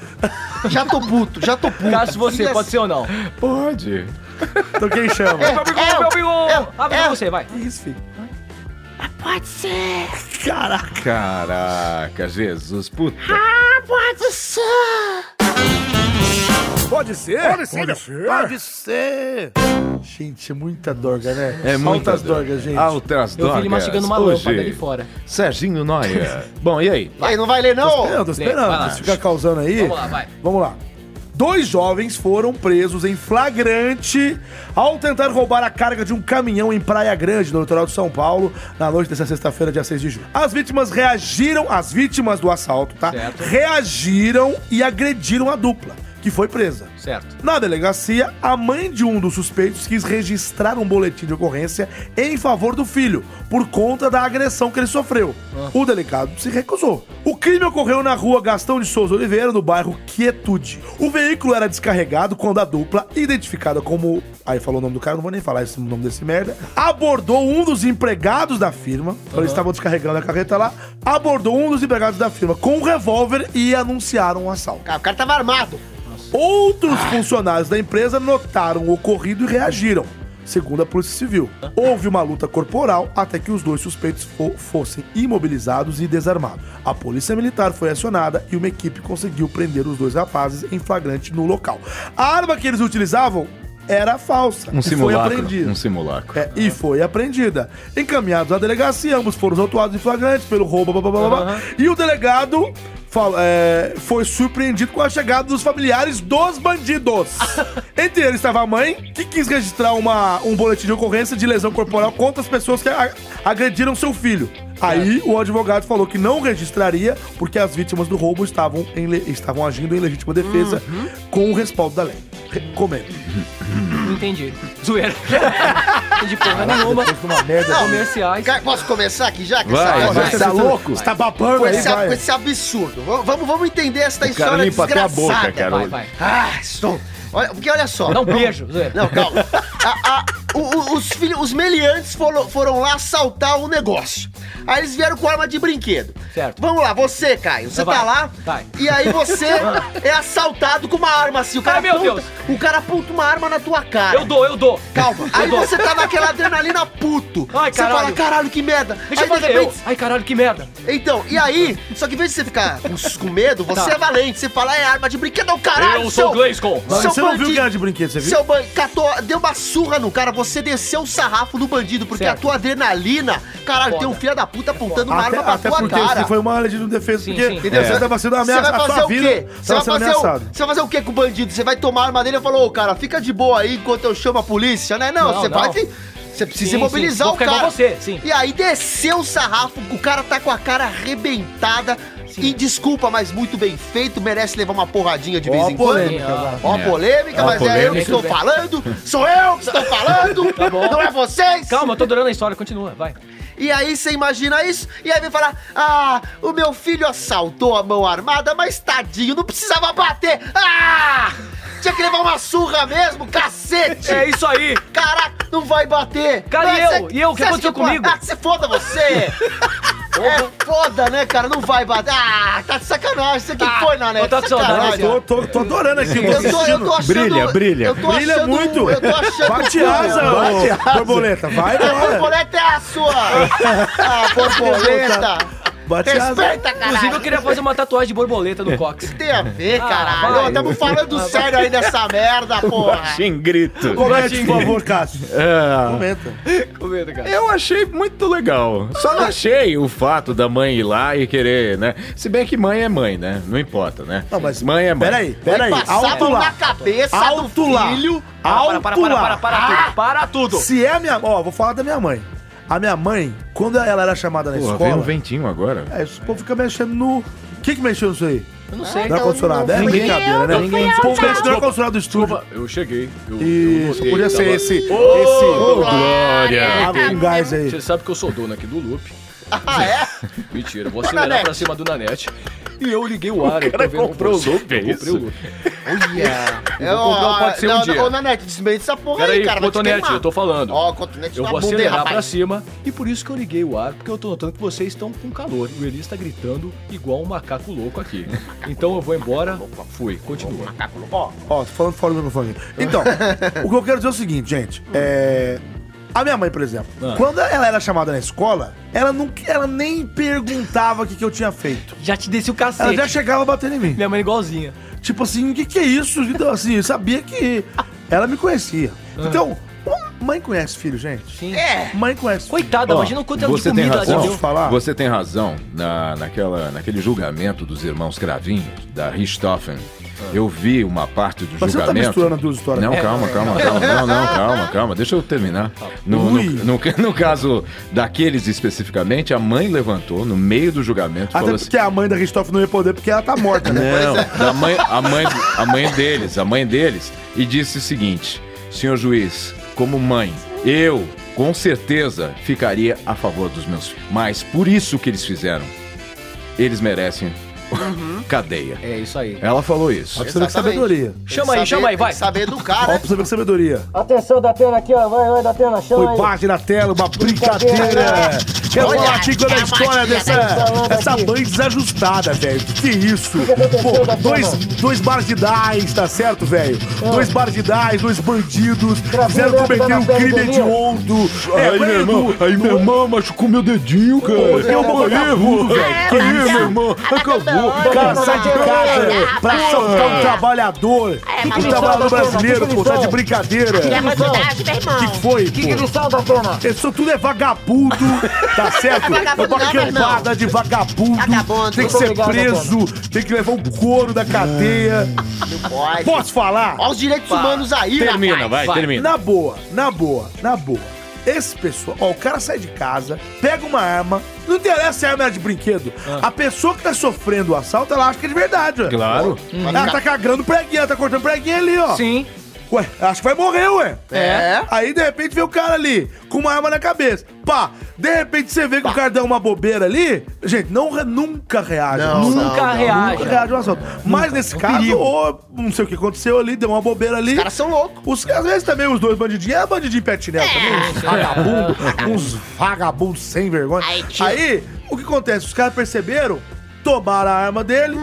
Já tô puto, já tô puto.
Caso você,
Filhas-
pode ser ou não.
Pode.
Então quem chama?
É,
Meu
assim,
amigo, meu amigo! Abre pra você, vai.
É Isso, filho.
Ah, Pode ser.
Caraca.
Caraca, Jesus, puta.
Ah, pode ser.
Pode ser? Pode ser. Pode ser. Gente, é muita dorga, né?
É muita
Altas
dor.
dorgas, gente.
Altas
Eu
drogas.
vi ele mastigando uma
tá
lâmpada ali fora.
Serginho Noia. Bom, e aí?
Aí, não vai ler,
É, Eu
não?
tô
Vai lá.
esperando. Se ficar causando aí...
Vamos lá, vai.
Vamos lá. Dois jovens foram presos em flagrante ao tentar roubar a carga de um caminhão em Praia Grande, no litoral de São Paulo, na noite dessa sexta-feira, dia 6 de julho. As vítimas reagiram, as vítimas do assalto, tá?
Certo.
Reagiram e agrediram a dupla, que foi presa.
Certo.
Na delegacia, a mãe de um dos suspeitos quis registrar um boletim de ocorrência em favor do filho, por conta da agressão que ele sofreu. O delegado se recusou. O crime ocorreu na rua Gastão de Souza Oliveira, no bairro Quietude. O veículo era descarregado quando a dupla, identificada como. Aí falou o nome do cara, não vou nem falar esse o nome desse merda. Abordou um dos empregados da firma. Eles estavam descarregando a carreta lá. Abordou um dos empregados da firma com um revólver e anunciaram o assalto.
Ah, O cara tava armado.
Outros
Ah.
funcionários da empresa notaram o ocorrido e reagiram, segundo a Polícia Civil. Houve uma luta corporal até que os dois suspeitos fo- fossem imobilizados e desarmados. A Polícia Militar foi acionada e uma equipe conseguiu prender os dois rapazes em flagrante no local. A arma que eles utilizavam era falsa.
Um
e Foi
simulacro.
apreendida.
Um simulacro.
É, e foi apreendida. Encaminhados à delegacia, ambos foram autuados em flagrante pelo roubo, blá, blá, blá, blá, blá. E o delegado fala- é, foi surpreendido com a chegada dos familiares dos bandidos. Entre eles estava a mãe, que quis registrar uma, um boletim de ocorrência de lesão corporal contra as pessoas que a- agrediram seu filho. Aí o advogado falou que não registraria porque as vítimas do roubo estavam, em le- estavam agindo em legítima defesa com o respaldo da lei. comendo.
Entendi. Zoeira. Entendi porra nenhuma.
né?
Comerciais.
Cara, posso começar aqui já? Com
Vai,
essa-
vai.
essa-
Você tá louco?
Você tá babando
com
aí,
esse,
vai.
com esse absurdo. V- Vamos, vamos entender esta
O cara
história
limpa até a
desgraçada.
boca, cara.
Vai, vai.
Ah, estou... Olha, porque olha só.
Dá um beijo, zoeira.
Não, calma. A- a- o- o- os, filhos, os meliantes foram, foram lá assaltar o negócio. Aí eles vieram com arma de brinquedo.
Certo.
Vamos lá, você, Caio. Você
Vai.
tá lá.
Vai. Ah.
E aí você é assaltado com uma arma assim. O cara,
Ai, meu
aponta,
Deus.
o cara aponta uma arma na tua cara.
Eu dou, eu dou.
Calma.
Eu
Aí
dou.
você tá naquela adrenalina puto.
Ai,
você fala,
caralho.
caralho, que merda.
Deixa
aí,
eu
de
fazer eu.
repente,
Ai, caralho, que merda.
Então, e aí, só que em vez de você ficar com, com medo, você
Tá.
é valente. Você fala, é arma de brinquedo, caralho.
Eu sou o
seu-
Gleiscon.
Mas
seu
você não viu
bandido.
que era de brinquedo, você viu?
Seu bandido catou, deu uma surra no cara, você desceu o sarrafo no bandido, porque
Certo.
a tua adrenalina, caralho, tem um filho da puta apontando uma
até
arma pra
até
tua
porque
cara.
se foi uma legítima defesa,
Sim,
porque
sim.
entendeu? você tava sendo
Você
ameaçado,
vai
a
fazer
sua
o quê?
vida
Você
tava
vai
sendo
fazer, o,
ameaçada.
você vai fazer o quê com o bandido? Você vai tomar a arma dele e falou, ô cara, fica de boa aí enquanto eu chamo a polícia, né? Não,
Não,
você
não.
vai. fi- Você precisa
Sim, sim.
imobilizar
Vou
o
ficar
cara.
igual você, sim.
E aí desceu o sarrafo, o cara tá com a cara arrebentada. E desculpa, mas muito bem feito, merece levar uma porradinha de vez
Ó,
em quando.
polêmica, vai.
Ó,
É.
polêmica,
Ó,
mas é eu que
polêmica.
estou
Muito bem.
falando, sou eu que estou falando, não é vocês.
Calma, eu tô adorando a história, continua, vai.
E aí você imagina isso, e aí vem falar: Ah, o meu filho assaltou a mão armada, mas tadinho, não precisava bater. Ah! Tinha que levar uma surra mesmo, cacete!
É isso aí.
Caraca, não vai bater!
Cara,
Mas
e eu? E eu? O que
você acha
aconteceu
pode-
comigo?
Ah, que se foda você! É foda, né, cara? Não vai bater. Ah, tá de sacanagem. Isso aqui foi na net.
eu tô com
sacanagem.
saudade,
Tô, tô, tô adorando aqui,
Eu tô, eu tô achando.
Brilha, brilha.
Eu tô
Brilha
achando,
muito.
Eu tô achando.
Bate asa, ô, borboleta, vai
A
agora.
borboleta é a sua! Ah, A borboleta!
Bate asa.
Respeita, caralho!
Inclusive, eu queria fazer uma tatuagem de borboleta no cox.
Tem a ver,
Ah,
caralho!
vai.
Estamos falando sério aí dessa merda, porra!
Sem grito.
Comente, por favor, Cássio.
Ah,
Comenta.
eu achei muito legal. Só não achei o fato da mãe ir lá e querer, né? Se bem que mãe é mãe, né? Não importa, né?
Não, mas-
mãe é mãe.
Peraí, peraí. Alto
Passavam na
lá.
cabeça
Alto
do
lá.
filho.
Alto
para, para, para, para,
lá.
para tudo. Para tudo.
Se é a minha... Ó, vou falar da minha mãe. A minha mãe, quando ela era chamada na
Porra, veio um
escola...
ventinho agora.
É, esse povo fica mexendo no... Quem que mexeu nisso aí?
Eu não sei.
No ar-condicionado? É
Ninguém.
brincadeira, né?
Eu, não fui
O
eu,
povo
não.
mexe no ar-condicionado do estúdio.
Eu cheguei. Eu,
Isso,
eu
podia
notei,
ser
tá.
tava-
esse... Esse...
Glória!
Abre um gás aí.
Você sabe que eu sou dono aqui do loop.
Ah, é?
Mentira, você vai lá
Nanete.
pra cima do Nanete. E eu liguei o ar, eu tô vendo
comprou
você,
o loop, é
eu comprei
isso?
o loop. vou comprar um Pode Ser Um
Eu, ó, Ah, não,
Dia.
Ô, Nanete, desmente essa porra aí,
Peraí,
cara. vai te
cotonete,
queimar.
eu tô falando.
Ó, cotonete
Eu
na
vou
bunda aí,
acelerar
rapaz.
pra cima e por isso que eu liguei o ar, porque eu tô notando que vocês estão com calor e o Eli está gritando igual um macaco louco aqui. Então eu vou embora. Fui, continua.
Ó, tô falando fora do microfone. Então, o que eu quero dizer é o seguinte, gente. É. A minha mãe, por exemplo, quando ela era chamada na escola, ela, não, ela nem perguntava o que, que eu tinha feito.
Já te desci o
Ela
cacete.
já chegava batendo em mim.
Minha mãe é igualzinha.
Tipo assim, o que, que é isso? Então, assim, eu sabia que ela me conhecia. Então, mãe conhece filho, gente.
Sim.
É.
Mãe conhece filho.
Coitada, Tá, imagina o quanto é ela de
Você tem
comida ela já
razão.
deu.
Posso falar?
Você tem razão na, naquela, naquele julgamento dos irmãos Cravinhos, da Richthofen.
Ah.
Eu vi uma parte do
Mas você não tá
julgamento.
misturando as duas histórias.
Não,
É.
calma, calma, calma. Não, não, calma, calma. Deixa eu terminar.
Tá
No,
Ui.
no, no- no caso daqueles especificamente, a mãe levantou no meio do julgamento e
Até
falou É. assim.
porque a mãe da Christoph não ia poder, porque ela tá morta, né?
Não, da mãe, a, mãe, a mãe deles, a mãe deles, e disse o seguinte: senhor juiz, como mãe, eu com certeza ficaria a favor dos meus filhos. Mas por isso que eles fizeram, eles merecem
Uhum.
cadeia.
É isso aí.
Ela falou isso.
Pra você ver que
Exatamente.
sabedoria.
Chama
Tem
aí,
que
chama
saber-
aí, vai.
Tem que saber educar,
Ó,
né?
pra você ver que sabedoria.
Atenção da tela aqui, ó. Vai, vai da tela, chama
Foi
aí.
parte da tela, uma brincadeira. Quero falar aqui quando a história dessa, dessa mãe desajustada, velho. Que isso? Pô, dois, dois bares de dais, tá certo, velho? Dois bares de dais, dois bandidos, fizeram cometer um crime hediondo. É, meu irmão,
aí meu irmão machucou meu dedinho, cara.
é.
eu vou
Aí, vô, aí,
tá
meu irmão, acabou.
Cara, sai de casa pra soltar
é
um
É,
trabalhador. Um trabalhador brasileiro, pô, tá de brincadeira. O que foi, pô?
Atenção da tela.
Isso tudo é vagabundo, tá certo? É
Vagabundo
uma
não, meu irmão.
campada de vagabundo.
Vagabundo.
Tem que
Muito
ser
obrigado,
preso, tem que levar o couro da cadeia.
Ah. Pode.
Posso falar?
Olha é os direitos humanos aí,
Termina, vai,
vai.
termina.
Na boa, na boa, na boa. Esse pessoal, ó, o cara sai de casa, pega uma arma, não interessa se a arma é de brinquedo. A pessoa que tá sofrendo o assalto, ela acha que é de verdade, ó.
Claro.
Ela tá cagando preguinha, tá cortando preguinha ali, ó.
Sim.
Ué, acho que vai morrer, ué.
É.
Aí, de repente, vê o cara ali, com uma arma na cabeça. Pá, de repente você vê que o cara deu uma bobeira ali. Gente, não, re- nunca reage. um
Não, Nunca não, não. reaja.
Nunca reage um assalto. Mas nesse caso, ou não sei o que aconteceu ali, deu uma bobeira ali. Os caras
são loucos.
Os, às vezes também os dois bandidinhos, é bandidinho pé de chinelo também, uns vagabundos, uns vagabundos sem vergonha. Aí, o que acontece? Os caras perceberam, tomaram a arma dele,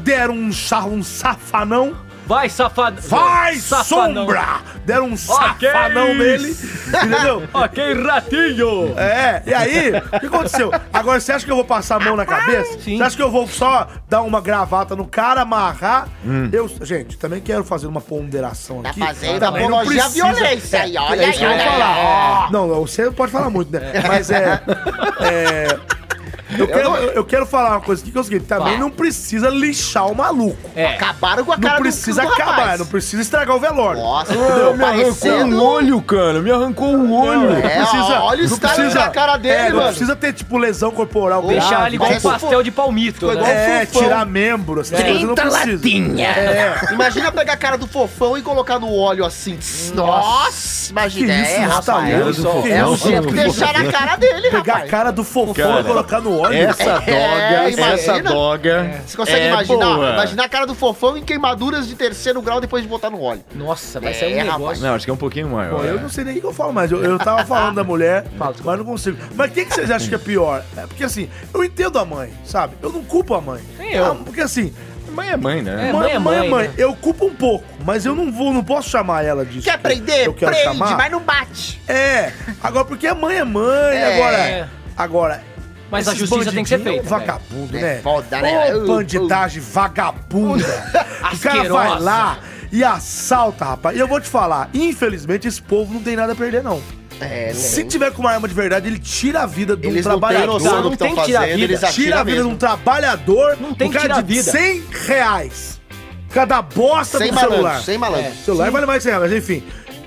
deram um charro, um safanão.
Vai, safado.
Vai,
Safanão.
sombra! Deram um safanão nele, entendeu?
ok, ratinho!
É, e aí, o que aconteceu? Agora, você acha que eu vou passar a mão na cabeça? Você acha que eu vou só dar uma gravata no cara, amarrar? Eu, gente, também quero fazer uma ponderação aqui.
Tá fazendo
Também não
apologia à
precisa-
violência
É,
aí, olha
é isso que eu
aí,
vou
olha
falar. Não, não, você pode falar muito, né? Mas é... é, eu, quero, eu, quero falar uma coisa aqui que é o seguinte: também não precisa lixar o maluco.
Acabaram com É a cara
Não
do-
precisa
do
acabar,
rapaz.
não precisa estragar o velório.
Nossa,
Entendeu?
me arrancou um
olho, cara. Me arrancou um olho.
Não
É,
precisa,
ó, olha o
não
estado
precisa-
da cara dele,
é, Não
mano.
precisa ter, tipo, lesão corporal.
Deixar
grave,
ele igual um
tipo,
pastel de palmito,
É, Ficou
né?
igual-
É,
fofão.
tirar membro, essas coisas não
30
precisa.
latinha.
É.
Imagina pegar a cara do fofão e colocar no óleo assim. Nossa, imagina.
Que isso,
é,
isso tá
rapaz.
louco, que
é o
isso,
jeito que
mano.
deixar na cara dele,
Pegar a
rapaz.
cara do fofão
Cara,
e colocar no óleo.
Essa doga,
É, imagina.
essa doga.
Você consegue
é
imaginar?
boa.
Imaginar a cara do fofão em queimaduras de terceiro grau depois de botar no óleo.
Nossa, vai
É,
sair um
rapaz.
negócio.
Não, acho que é um pouquinho maior.
Pô, eu não sei nem o que eu falo mais. Eu, eu tava falando da mulher, mas não consigo. Mas o que, que vocês acham que é pior? É porque assim, eu entendo a mãe, sabe? Eu não culpo a mãe.
Nem eu.
Ah, Porque assim,
Mãe é mãe, né?
É, mãe
mãe, mãe,
é
mãe,
mãe, né?
eu culpo um pouco, mas eu não vou, não posso chamar ela disso.
Quer prender?
Eu quero
Prende,
chamar.
mas não bate.
É, agora porque a mãe é mãe,
É.
agora. Agora.
Mas a
esses
justiça tem que ser
bandidinhos
feita,
Vagabundo,
É
né?
foda, né?
Ô, bandidagem vagabunda. o cara vai
Asquerosa.
lá e assalta, rapaz. E eu vou te falar, infelizmente esse povo não tem nada a perder, não.
É,
Se
né?
tiver com uma arma de verdade, ele tira a vida de um
Eles não têm
trabalhador.
noção do que
não
estão
tem que tirar a
fazendo,
vida.
eles atiram
tira a vida de um
mesmo.
trabalhador.
Não tem
um
que
cara
tirar
de
a vida.
100 reais. Cada bosta
Sem
do
malandro,
celular. É.
sem malandro.
O celular vale mais que 100 reais, mas enfim.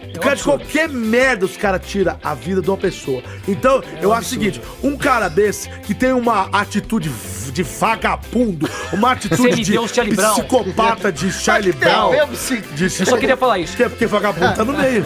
O cara de qualquer merda, os caras tiram a vida de uma pessoa. Então, eu acho o seguinte: um cara desse que tem uma atitude v- de vagabundo, uma atitude de
Semideus Charlie Brown.
psicopata de Charlie
Tem
Brown.
mesmo, sim.
De
Eu só queria falar isso.
que é porque vagabundo tá no meio.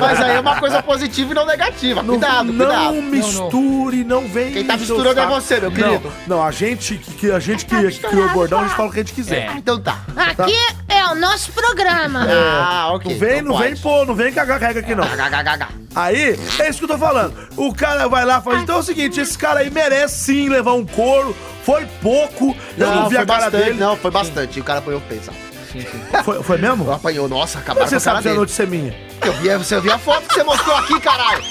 Mas aí é uma coisa positiva e não negativa.
Não,
cuidado,
não
cuidado.
misture, não, vem.
Quem tá
encher o
misturando é
saco.
você, meu
Não,
querido.
Não, a gente que, que- a gente que, que criou o bordão, a gente fala o que a gente quiser.
Ah, Então tá.
Aqui é o nosso programa.
Ah, ok.
É. Não vem, não, vem, pô, não vem cagar regra aqui, não.
HHH.
Aí, é isso que eu tô falando. O cara vai lá e fala, então é o seguinte, esse cara aí merece sim levar um couro, foi pouco, eu não, vi
foi
a cara
bastante,
dele.
Não, foi bastante. O cara apanhou pesado.
Foi, foi mesmo?
Apanhou, nossa, acabaram
Você
com a cara
sabe que a
dele.
notícia é minha.
Eu vi, você viu a foto que você mostrou aqui, caralho.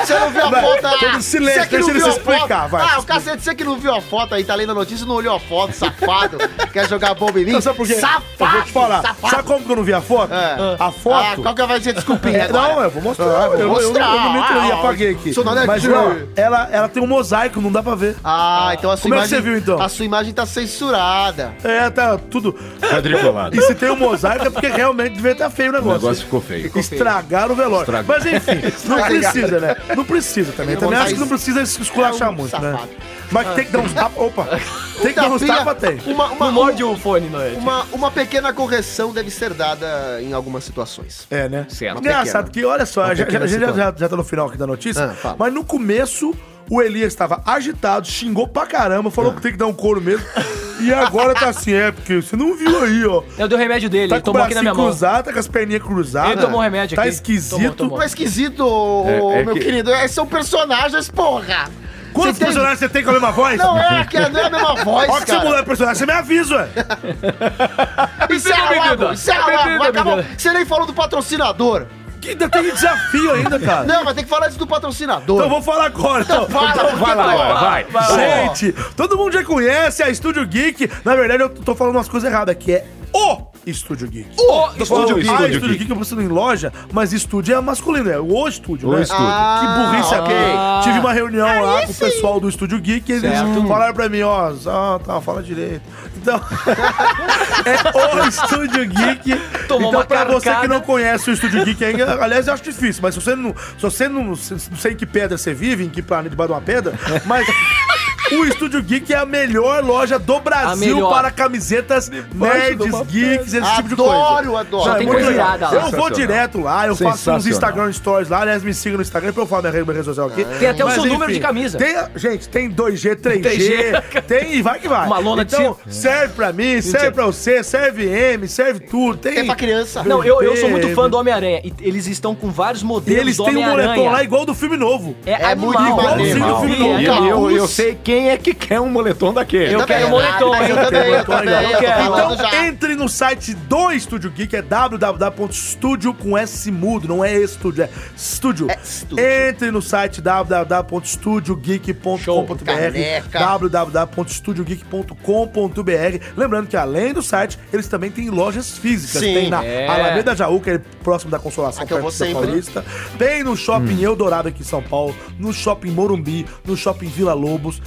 Você não viu a
Vai,
foto? ah,
todo silêncio,
você que não
deixa ele
viu
se
a foto.
explicar, vai.
Ah, o cacete, você que não viu a foto aí, tá lendo a notícia, não olhou a foto, safado. Quer jogar bomba em mim?
Não, Então, sabe por quê? eu
Safado,
vou te falar.
safado.
Sabe como que eu não vi a foto?
É.
A
Ah,
foto...
qual que vai ser a desculpinha
É,
agora?
não, eu vou mostrar.
Ah,
eu,
vou
eu- eu-
mostrar.
eu não me entrei,
Ah,
apaguei aqui.
isso não é
Mas,
true.
ó, ela, ela tem um mosaico, não dá pra ver.
Ah, então a sua
Como é que
imagem...
você viu, então?
A sua imagem tá censurada.
É, tá tudo.
Quadriculado.
E se tem um mosaico é porque realmente devia estar feio o
O
negócio.
negócio ficou feio.
Estragaram o velório.
Estragou.
Mas enfim, não precisa, né? Não precisa também. Também acho que não precisa se esculachar
É um
muito,
safado.
né? Mas tem que dar uns tapas. Opa! Tem que dar uns
Tapinha,
tapas, tem.
Então, Uma, uma, um,
Não morde o fone, não é?
uma, uma pequena correção deve ser dada em algumas situações.
É, né?
Certo.
Engraçado que, olha só,
Uma
já,
pequena
já, já,
situação.
já, já tá no final aqui da notícia,
Ah, fala.
mas no começo o Elias estava agitado, xingou pra caramba,
Ah.
falou que tem que dar um couro mesmo. E agora tá assim, é, porque você não viu aí, ó.
Eu dei É o remédio dele,
Tá
ele
com o
tomou aqui na
bracinho
minha mão.
cruzado, tá com as perninhas cruzadas.
Ele tomou um remédio
Tá
aqui.
esquisito.
Tomou, tomou.
Mas esquisito, ô,
É, é
meu
que-
querido. é, São personagens, porra.
Quantos
Você tem-
personagens você tem com a mesma voz?
Não é, que não é a mesma voz,
Olha que você
cara.
mudou de personagem, você me avisa, ué.
Isso é alabo, isso é alabo. Acabou. Você nem falou do patrocinador.
Que ainda tem um desafio ainda, cara.
Não, mas tem que falar disso do patrocinador.
Então eu vou falar agora.
Então fala, porque
Vai lá,
tu-
agora, vai.
Gente, todo mundo já conhece a Estúdio Geek. Na verdade, eu tô falando umas coisas erradas, que é o Estúdio Geek.
Ô,
Tô falando
Estúdio
de
Geek.
ah,
Estúdio
Estúdio Geek, eu preciso em loja, mas estúdio é masculino, é o estúdio,
O
né?
estúdio.
Que burrice
Ah,
aqui. Tive uma reunião lá com o pessoal do Estúdio Geek e eles falaram pra mim, ó, ah, tá, fala direito. Então, é o Estúdio Geek.
Tomou
então,
uma
pra você que
carcada.
não conhece o Estúdio Geek ainda, aliás, eu acho difícil, mas se você não, se você não, se- não sei em que pedra você vive, em que planeta, debaixo de uma pedra, mas... O Estúdio Geek é a melhor loja do Brasil
melhor.
para camisetas nerds,
uma
geeks, esse tipo de coisa.
Adoro, adoro.
Não,
Só
é
tem
muito
coisa
legal.
irada lá.
Eu vou direto lá, eu faço uns
Sensacional.
Instagram Stories lá, aliás, me sigam no Instagram pra eu falar minha rede, minha rede social aqui.
Tem até o seu número de camisa.
Tem, gente, tem 2G, 3G, tem e vai que vai.
Uma lona de
então,
cinco.
serve pra mim, serve pra você, serve M, serve tudo. Tem,
Tem pra
criança.
Não, eu, eu sou muito fã do Homem-Aranha. E eles estão com vários modelos
Eles
é do
têm um
Homem-Aranha.
moletom lá igual do filme novo.
É, animal.
igualzinho do filme novo.
E eu, eu, eu sei quem é que quer um moletom daquele.
Eu Eu quero também, um moletom, mas eu hein?
É,
também, eu também, eu tô falando
Então, entre no site do Estúdio Geek, é www.studio com S mudo, não é estúdio, é estúdio. Entre no site www.studiogeek.com.br,
Caneca.
www.studiogeek.com.br. Lembrando que além do site, eles também têm lojas físicas.
Sim.
Tem na
É.
Alameda Jaú, que é próximo da Consolação,
Aqui eu vou
perto da
sempre.
Paulista. Tem no Shopping Eldorado aqui em São Paulo, no Shopping Morumbi, no Shopping Vila Lobos.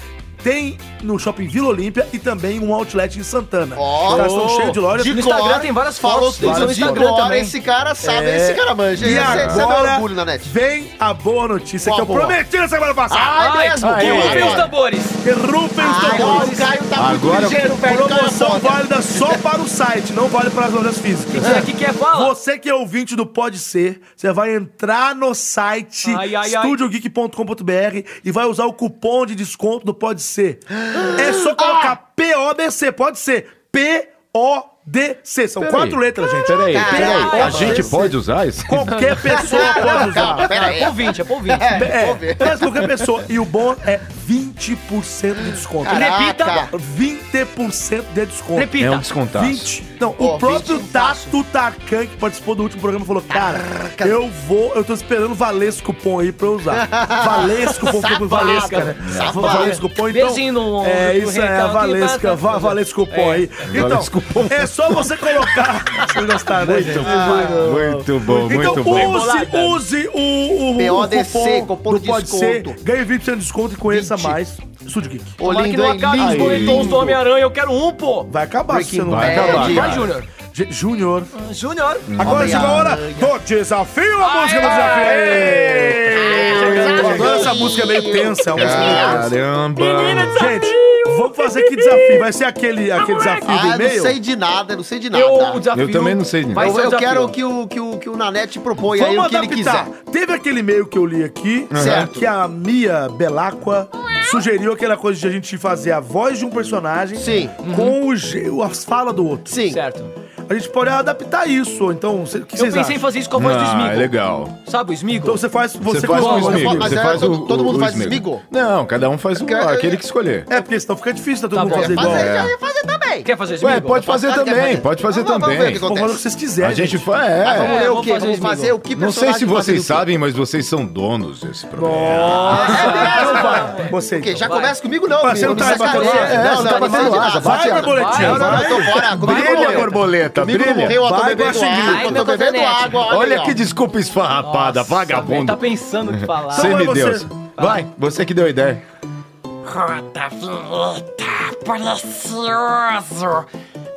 Tem no Shopping Vila Olímpia e também um outlet em Santana. Os caras estão cheios de lojas.
De cor. Falou tudo de cor, Esse cara sabe,
É.
esse cara manja.
E
Esse- esse é meu
agora
orgulho na net.
vem a boa notícia
Qual
que eu
boa?
prometi na semana passada.
É,
Ai, mesmo,
que
boa.
rufem os
tambores.
Que rufem os
Ai,
tambores.
o Caio tá muito Agora- ligeiro, velho. O Caio é
Promoção
foda.
válida só para o site, não vale para as lojas físicas.
Isso aqui que é bala.
Você que é ouvinte do Pode Ser, você vai entrar no site
Ai, ai, ai.
estudiogeek.com.br e vai usar o cupom de desconto do Pode Ser. É só
Ah.
colocar PODC, pode ser. P-O-D-C. São
Peraí.
quatro letras, gente.
Peraí, peraí. A
P-O-D-C.
gente pode usar isso?
Qualquer pessoa pode usar.
Não, pera aí. É
ouvinte, é ouvinte.
É, mas qualquer pessoa. E o bom é 20% de desconto.
Caraca.
Repita. 20% de desconto.
Repita. É um descontaço.
20. Não, o próprio Tato Tarkan, que participou do último programa, falou, cara, eu vou, eu tô esperando valer esse cupom aí pra eu usar. valer esse cupom,
Safado,
cupom Valesca, né?
safado.
Valer esse cupom, então...
Beijinho no- um
É,
no
isso é, a
recalque,
Valesca,
tá-
vá, valer esse cupom
É.
aí. Então, é só você colocar... Vocês gostaram, né,
Muito
gente?
bom, muito bom, muito
Então
bom.
use, use o, o, o
PODC, cupom
do
de
Pode
desconto.
Ser, ganhe 20% de desconto e conheça mais Estúdio Geek.
Ô,
Tomara que não acabe os boletons do Homem-Aranha, eu quero um, pô.
Vai acabar se
Breaking
você não
Bad. Vai, Júnior.
Vai, Júnior. J- Júnior.
Júnior.
Agora chegou a hora do desafio, a música do desafio. Agora essa música é meio tensa, é uma música meio tensa.
Caramba.
Gente, vamos fazer que desafio? Vai ser aquele, aquele desafio
Ah,
do e-mail?
não sei de nada, não sei de nada.
Eu também não sei de nada.
Ah, tá.
um
Eu, eu
desafio.
quero que o, que, o, que o Nanete proponha aí
Vamos
o que ele
adaptar.
quiser.
Teve aquele e-mail que eu li aqui,
Uhum.
certo? que a Mia Belacqua sugeriu aquela coisa de a gente fazer a voz de um personagem com o je- as falas do outro.
Sim.
Certo.
A gente pode adaptar isso, ou então, cê- o que
Eu
vocês
pensei
acham?
em fazer isso com a voz do
Ah,
Smigo.
legal.
Sabe o Smigo?
Então você faz... Você,
faz
com a
o
voz-
Smigo. Você faz o,
é, todo mundo
o
faz Smigo?
Não, cada um faz o, aquele que escolher.
É, porque senão fica difícil tá todo
Tá
mundo
bom.
fazer
Quer
igual.
fazer, já
Quer fazer também?
Quer fazer
Ué, pode fazer também, pode fazer também.
o que vocês quiserem.
A gente faz. É.
Mas Ah, vamos ler o quê?
fazer
Vamos fazer o que
Não sei se
personagem
vocês
fazer o
sabem, mas vocês são donos desse programa.
quê? Você, então.
Ok, já começa comigo não,
Parceiro,
amigo,
tá
me
batendo
sacaneia.
asa, é,
Não,
você
não, não
tá batendo
faz
asa,
nada.
bate
Vai,
asa.
borboletinha.
Vai,
Não, não, eu tô
vai.
fora. Comigo
Brilha,
não morreu.
borboleta,
Comigo não
brilha.
morreu, eu tô
Vai,
bebendo
Guaxinim.
água, eu tô
Vai,
bebendo água.
Olha
ó.
que desculpa esfarrapada, vagabundo.
Tá pensando o que falar.
Semideus. Vai, você que deu a ideia.
Roda a vinheta, precioso.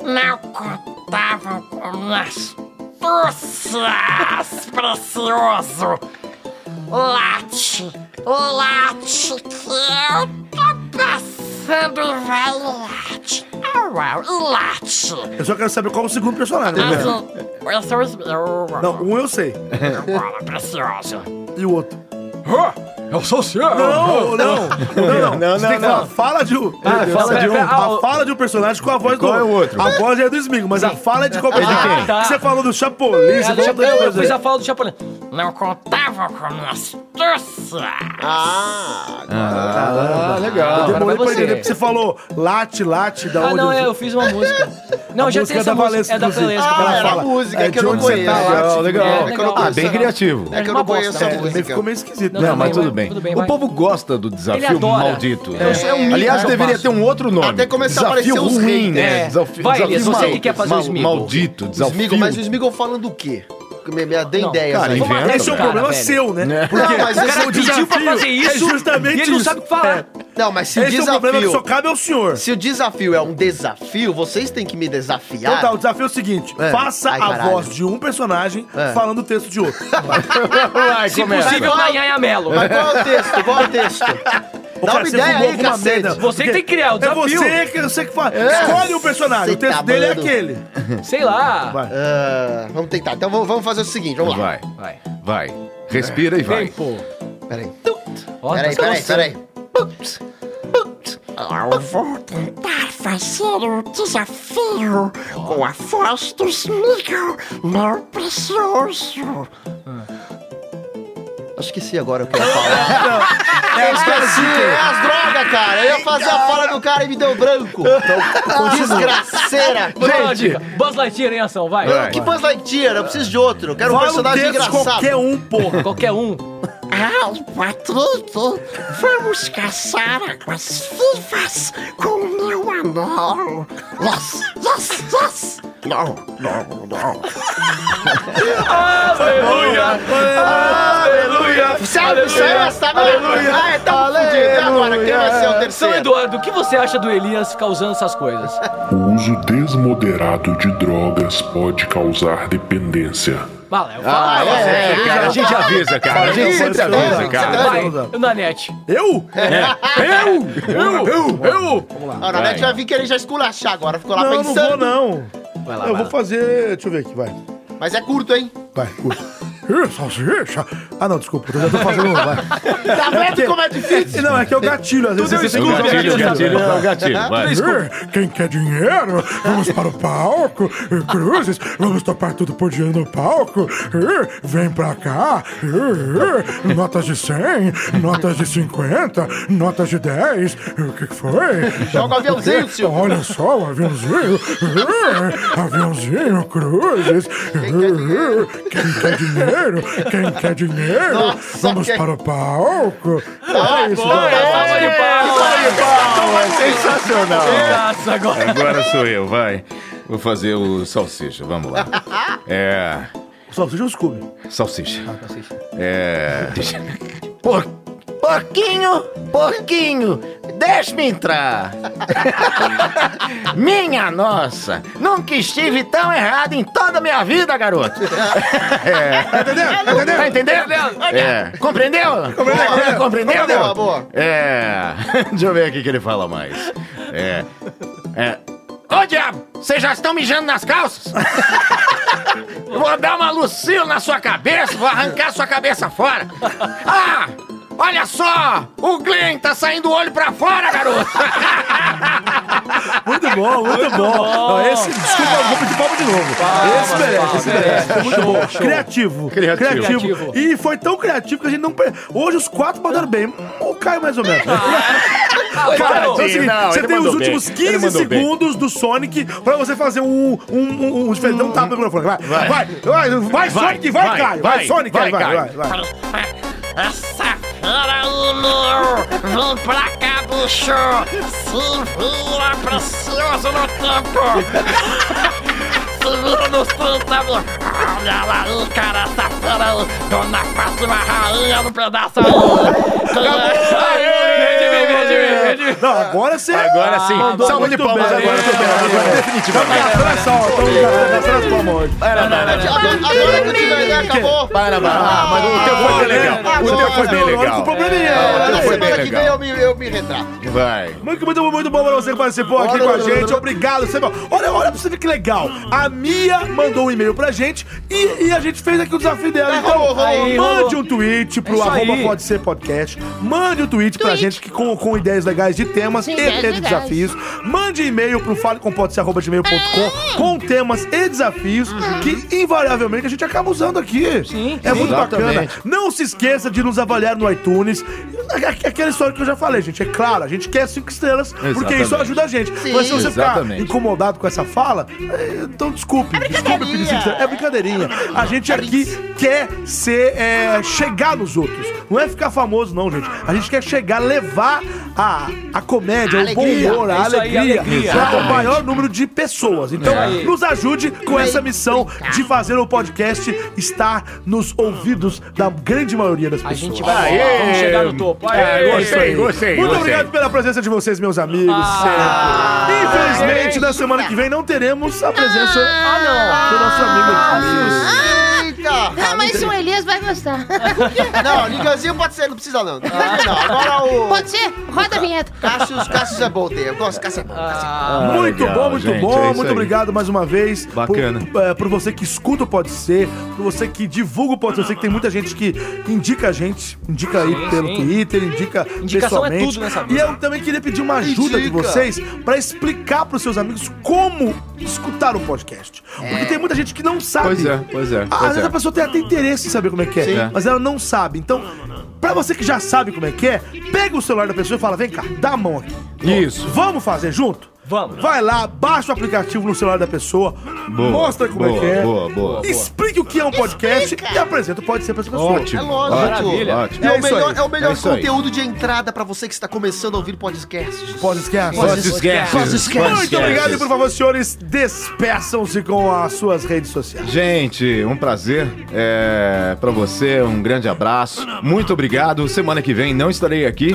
Não contavam com minhas forças, precioso. Late, late, que eu tô passando, vai, late. Au, au, late.
Eu só quero saber qual é o segundo
Tá
personagem.
Mas
né?
o- esse é o Smeagol.
Não, um eu sei.
Agora, precioso.
E o outro?
Eu sou o senhor.
Não, não, não, não.
Não,
Você
não,
tem que
não.
falar, fala de um.
Ah, fala de um.
A fala de um personagem com a voz
Qual
do
é o outro?
A voz é do Smigo, mas a fala é de qual
É de
personagem?
quem?
Ah, Você falou do Chapolin, você
É do
falou do
Chapolin,
coisa.
pois a fala do Chapolin. Não contavam com minhas astúcias. Ah,
Ah, Eu
legal.
demorei
Agora vai
pra
você.
entender, porque você falou late, late, da
Ah,
onde...
não, é, eu fiz uma música. Não,
A
já
música
tem essa música.
da Valesca,
É da
inclusive.
Valesca.
Ah,
que ela
era a
fala.
música,
É
que eu
de
não
onde você
conheço.
tá,
Legal,
Lati.
legal.
É,
Ah, bem
Essa-
criativo.
É que eu não
uma bosta,
conheço a
né?
música.
Também ficou meio esquisito.
Não, mas tudo bem.
tudo bem,
O
vai.
povo gosta do desafio
adora.
maldito.
É, é um mito
Aliás,
que eu
deveria
faço.
ter um outro nome.
Até começar a
desafio
aparecer os
ruim,
reis,
né?
é.
Desafio,
Vai,
desafio
Elias, você que
quer fazer o Smeagol.
Maldito, desafio.
Smigo, mas o Smigo falando do quê? Me, me dê ideias
cara,
aí.
inventa, Esse é um
Esse é um problema seu, né?
Não, mas
esse
esse
é
é
o
um
desafio.
desafio
pra fazer isso,
É justamente
e ele não
isso.
sabe o que falar.
Não, mas se o
Esse é o
desafio...
problema que só cabe ao senhor.
Se o desafio é um desafio, vocês têm que me desafiar.
Então tá, o desafio é o seguinte:
É.
faça
Ai,
a
caralho.
voz de um personagem
É.
falando o texto de outro.
Vai,
Se
começa.
possível, na Yaya Mello.
Mas qual é o texto? Qual é o texto? Dá uma
você
ideia
fumou
aí,
alguma
cacete.
merda.
Você que tem que criar o
É
desafio.
você que, você que fala.
É.
Escolhe o personagem.
Cê
o texto
tá
dele é
mandando.
aquele.
Sei lá.
Ah, vamos tentar. Então vamos, vamos fazer o seguinte, vamos lá.
Vai. Vai. Vai. Respira e vai.
Tempo.
Peraí.
Ó,
Peraí,
tá
peraí,
cansando.
peraí.
Eu vou tentar fazer um desafio com a voz dos Miguel, meu precioso.
Eu esqueci agora o que eu ia falar.
Não,
eu esqueci. É as drogas, cara. Eu ia fazer a fala do cara e me deu branco. Então, desgraceira.
Vou dar uma dica. Buzz Lightyear em ação, vai.
Não, que Buzz Lightyear? Eu preciso de outro. Eu quero um
Fala um
personagem
desses,
engraçado.
qualquer um,
porra.
Qualquer um.
Ai, patrulho, vamos caçar águas vivas com o meu anel. Yes, yes, yes. Não, não, não.
Aleluia!
Sabe, sabe essa aleluia. Ah, é tão fodido. E agora, quem vai ser o terceiro?
São Eduardo, o que você acha do Elias causando essas coisas?
O uso desmoderado de drogas pode causar dependência.
Bala, eu falo.
Ah,
Bala,
é,
você-
é, cara, a gente avisa, cara. A gente sempre avisa, cara.
Vai, Nanete.
Eu?
É. Eu? Eu? Eu?
Ah, na
Vai.
verdade, vai vir querer já esculachar agora. Ficou lá
Não, eu não
Tá pensando.
vou, não.
Vai
lá,
eu
vai
vou fazer. Deixa eu ver aqui, vai.
Mas é curto, hein?
Vai, curta. Ih, salsicha. Ah, não, desculpa, eu já tô fazendo um, vai.
Tá vendo como é difícil?
Não, é que é o gatilho, às vezes
Tudo
você
um
tem
escuro,
que usar
gatilho, gatilho,
né?
é o gatilho, vai.
Tudo escuro. Quem quer dinheiro, vamos para o palco. Cruzes, vamos topar tudo por dinheiro no palco. Vem pra cá. Notas de 100, notas de 50, notas de 10. O que que foi?
Joga o aviãozinho, Silvio.
Olha só o aviãozinho. Aviãozinho, cruzes. Quem quer dinheiro, quem quer dinheiro,
Nossa,
vamos
que-
para o palco.
Ah,
É isso,
boa,
né?
salva de palmas.
Sensacional.
Nossa, agora.
Agora sou eu, vai. Vou fazer o salsicha, vamos lá. É.
Salsicha ou Scooby?
Ah, Salsicha. É.
Por... Porquinho, porquinho, deixe-me entrar. minha nossa, nunca estive tão errado em toda a minha vida, garoto.
É.
Entendeu? Tá entendendo?
É.
Compreendeu?
Compreendeu.
Compreendeu?
Boa, boa.
É. Deixa eu ver aqui o que ele fala mais. É. É.
Ô, diabo, vocês já estão mijando nas calças? Eu vou dar uma Lucille na sua cabeça, vou arrancar sua cabeça fora. Ah, olha só, o Glenn tá saindo o olho pra fora, garoto.
Muito bom, muito, bom. Não, esse, desculpa, eu vou pedir palma de novo. esse merece,
palmas,
esse merece.
merece.
Muito
Show,
bom.
show.
Criativo,
Criativo.
criativo. E foi tão criativo que a gente não. per- Hoje os quatro mandaram bem. O Caio mais ou menos. Cara, então, assim,
Ah, é? Não,
você
ele
tem os
mandou
últimos
bem. Ele
15
mandou bem.
segundos do Sonic pra você fazer um. um, um, um, um dá um tapa no microfone. Vai, vai, vai, vai,
Vai,
Sonic, vai,
vai,
Caio. Vai,
vai,
Sonic,
vai,
vai, vai, vai,
Caio.
vai.
Essa fera aí, meu! Vem pra cá, bicho! Se vira, precioso no tempo! Se vira nos 30 mil! Olha ela aí, cara, essa fera aí! Dona Fátima, rainha no pedaço aí! Quem
Verde,
é?
verde.
Não, agora você.
Agora sim.
mandou
Salva de
muito
palmas
bem.
agora, tô bem, agora é
Vamos
definitivamente.
gastar essa hora, vamos gastar as palmas hoje.
Agora agora que o time vai acabou.
Ah, mas o teu foi bem legal. O teu foi bem legal.
O problema é.
Ah, o
Na
teu foi bem
semana que vem eu
legal.
me, eu me retrato.
Vai.
Muito, muito, muito bom pra você que participou aqui com a gente. Obrigado, você. Olha, olha pra você ver que legal. A Mia mandou um e-mail pra gente e, e a gente fez aqui o desafio dela. Então,
Aí,
mande
rolou.
um tweet pro
É isso
arroba
aí.
pode ser podcast. Mande um tweet, pra gente que, com, com ideias legais de temas
Sim,
e
ideias
de
legais.
desafios. Mande e-mail pro falecompodser.gmail.com com temas e desafios que invariavelmente a gente acaba usando aqui.
Sim,
É
sim.
muito bacana.
Exatamente.
Não se esqueça de nos avaliar no iTunes. Aqu- Aquela história que eu já falei, gente. É claro, a gente quer cinco estrelas, porque
Exatamente.
isso ajuda a gente.
Sim.
Mas se você
Exatamente.
ficar incomodado com essa fala, eh, então desculpe. desculpe pedir cinco estrelas. É brincadeirinha. A gente aqui quer ser, eh, chegar nos outros. Não é ficar famoso, não, gente. A gente quer chegar, levar a, a comédia,
A
o bom
alegria.
humor, a
Isso aí, é
alegria,
alegria.
para o maior número de pessoas. Então,
aí.
nos ajude com essa missão de fazer o podcast estar nos ouvidos da grande maioria das
A
pessoas.
gente vai rolar, vamos chegar no topo. Aê!
É, gostei, gostei.
Muito
gostei.
obrigado pela presença de vocês, meus amigos.
Ah,
sempre. Infelizmente,
gente.
na semana que vem não teremos a presença
Ah, não.
do nosso amigo. aqui.
Eita, Ah,
Não, mas o Elias vai gostar.
Não, liganzinho pode ser, não precisa não. Não, agora o.
Pode ser? Roda a vinheta.
Cássius, Cássius é bom, tem. Eu gosto, Cássius é bom. Cássius é bom.
Ah, muito
legal,
bom, muito
gente,
bom.
é isso
muito
aí.
obrigado mais uma vez.
Bacana.
Por, é, por você que escuta o Pode Ser, por você que divulga o Pode Ser. Eu sei que tem muita gente que indica a gente, indica aí
Sim,
pelo
sim.
Twitter, indica
Indicação é
pessoalmente.
tudo nessa
e
vida.
eu também queria pedir uma ajuda de
Indica.
vocês pra explicar pros seus amigos como escutar o podcast.
É.
Porque tem muita gente que não sabe.
Pois é, pois é,
Às
pois
vezes
é.
a pessoa tem até interesse em saber como é que é,
Sim.
mas ela não sabe. Então, pra você que já sabe como é que é, pega o celular da pessoa e fala: vem cá, dá a mão aqui.
Isso.
Vamos fazer junto? Vamos. Vai lá, baixa o aplicativo no celular da pessoa,
Boa,
mostra como é
boa,
que é.
boa, boa.
Explique o que é um podcast e apresenta o Pode Ser pra essa pessoa.
Ótimo, É lógico. maravilha. ótimo.
E É,
É
o
isso
melhor,
aí.
é o melhor
É isso aí.
conteúdo de entrada pra você que está começando a ouvir podcast.
Podcast.
Podcasts. Podcasts.
Muito obrigado e, por favor, senhores, despeçam-se com as suas redes sociais.
Gente, um prazer é, para você, um grande abraço. Muito obrigado. Semana que vem não estarei aqui,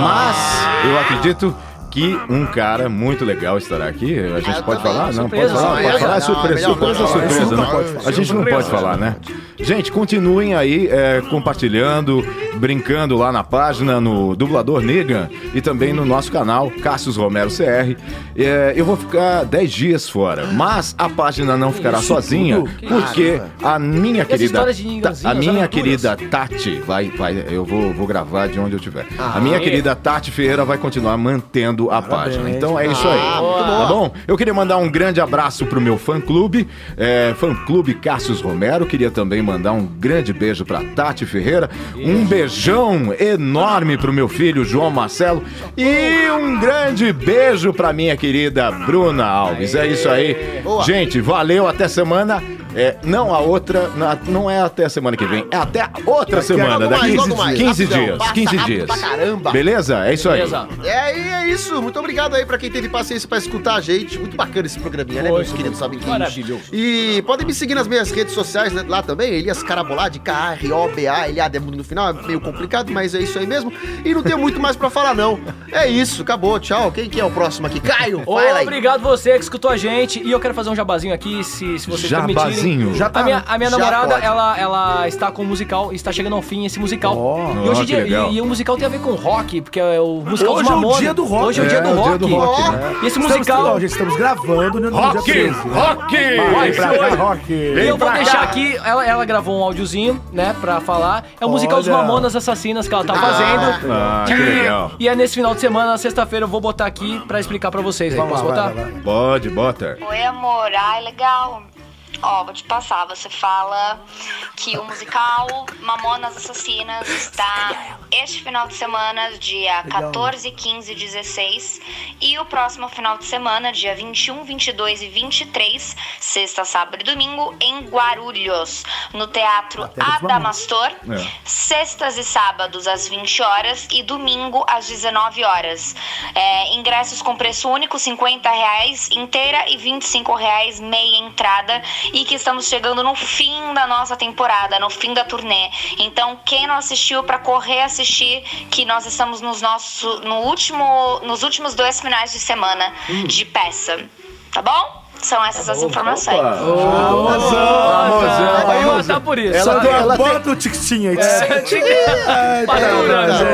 mas eu acredito que um cara muito legal estará aqui. A gente pode falar? Não, pode
Surpresa,
falar,
não,
pode falar.
não,
É surpresa,
melhor
surpresa,
não.
surpresa.
Isso não pode
né?
falar.
A gente não pode
Surpresa.
falar, né? Gente, continuem aí é, compartilhando, brincando lá na página, no Dublador Negan e também no nosso canal, Cassius Romero CR. É, eu vou ficar 10 dias fora, mas a página não ficará
isso
sozinha,
tudo? Que
porque
isso,
a minha
Essa
querida.
história de Neganzinho, é
a
as
minha
aventuras.
querida Tati, vai, vai, eu vou, vou gravar de onde eu tiver. a minha
Aê.
querida Tati Ferreira vai continuar mantendo a página. Então é isso aí.
Ah, muito
tá bom? Eu queria mandar um grande abraço pro meu fã clube, é, fã clube Cassius Romero. Queria também mandar um grande beijo pra Tati Ferreira. Um beijão enorme pro meu filho João Marcelo. E um grande beijo pra minha querida Bruna Alves. É isso aí.
Boa.
Gente, valeu. Até semana. É, não a outra, na- não é até semana que vem, é até a outra
Daqui a-
semana,
logo
daqui
mais,
15
logo mais.
15
Rapidão,
dias.
passa
15
rápido
dias.
pra caramba.
Beleza? É isso aí.
É, e é isso. Muito obrigado aí pra quem teve paciência pra escutar a gente. Muito bacana esse programinha, né, meus queridos sabem
maravilhoso.
E podem me seguir nas minhas redes sociais né, lá também. Elias Carabolade, K-R-O-B-A, Eliade é mudo no final, é meio complicado, mas é isso aí mesmo. E não tem muito mais pra falar, não. É isso, acabou, tchau. Quem que é o próximo aqui? Caio, fala aí.
Obrigado você que escutou a gente. E eu quero fazer um jabazinho aqui, se, se vocês
Jabazinho.
permitirem.
Já tá-
a minha, a minha
já
namorada,
pode.
ela, ela está com um musical, está chegando ao fim esse musical. e
ó,
hoje
que
em dia,
legal.
e, e o musical tem a ver com rock, porque é o musical
Hoje
do
é o
Mamone.
dia do rock.
Hoje é o dia,
É,
do,
o dia
rock.
do rock, né?
E esse
Estamos-
musical...
ó, gente, estamos gravando no dia
Rock,
13, né?
rock!
Vai pra cá,
Oi.
rock!
E eu vou deixar aqui, ela, ela gravou um áudiozinho, né, pra falar. É o musical dos
Olha.
Mamonas Assassinas que ela tá fazendo.
Ah, que legal.
E é nesse final de semana, na sexta-feira, eu vou botar aqui pra explicar pra vocês aí. Posso botar?
Pode, bota.
Oi, amor. Ai, legal. Ó, vou te passar. Você fala que o musical Mamonas Assassinas está este final de semana, dia
Legal.
14, 15 e 16. E o próximo final de semana, dia 21, 22 e 23, sexta, sábado e domingo, em Guarulhos, no Teatro
terra dos
Adamastor.
Mamonas. É.
Sextas e sábados às 20 horas e domingo às 19 horas. É, ingressos com preço único, R$ 50 reais inteira e R$ 25 reais meia entrada. E que estamos chegando no fim da nossa temporada, no fim da turnê. Então, quem não assistiu, para correr assistir, que nós estamos nos, nosso, no último, nos últimos dois finais de semana de peça. Tá bom? São essas as informações.
Vamos botar por isso.
Ela,
Só
ela,
que ela
bota o tic-tinha aí.
É,
É,
Para
tá,
tudo,
tá,
né?
tá.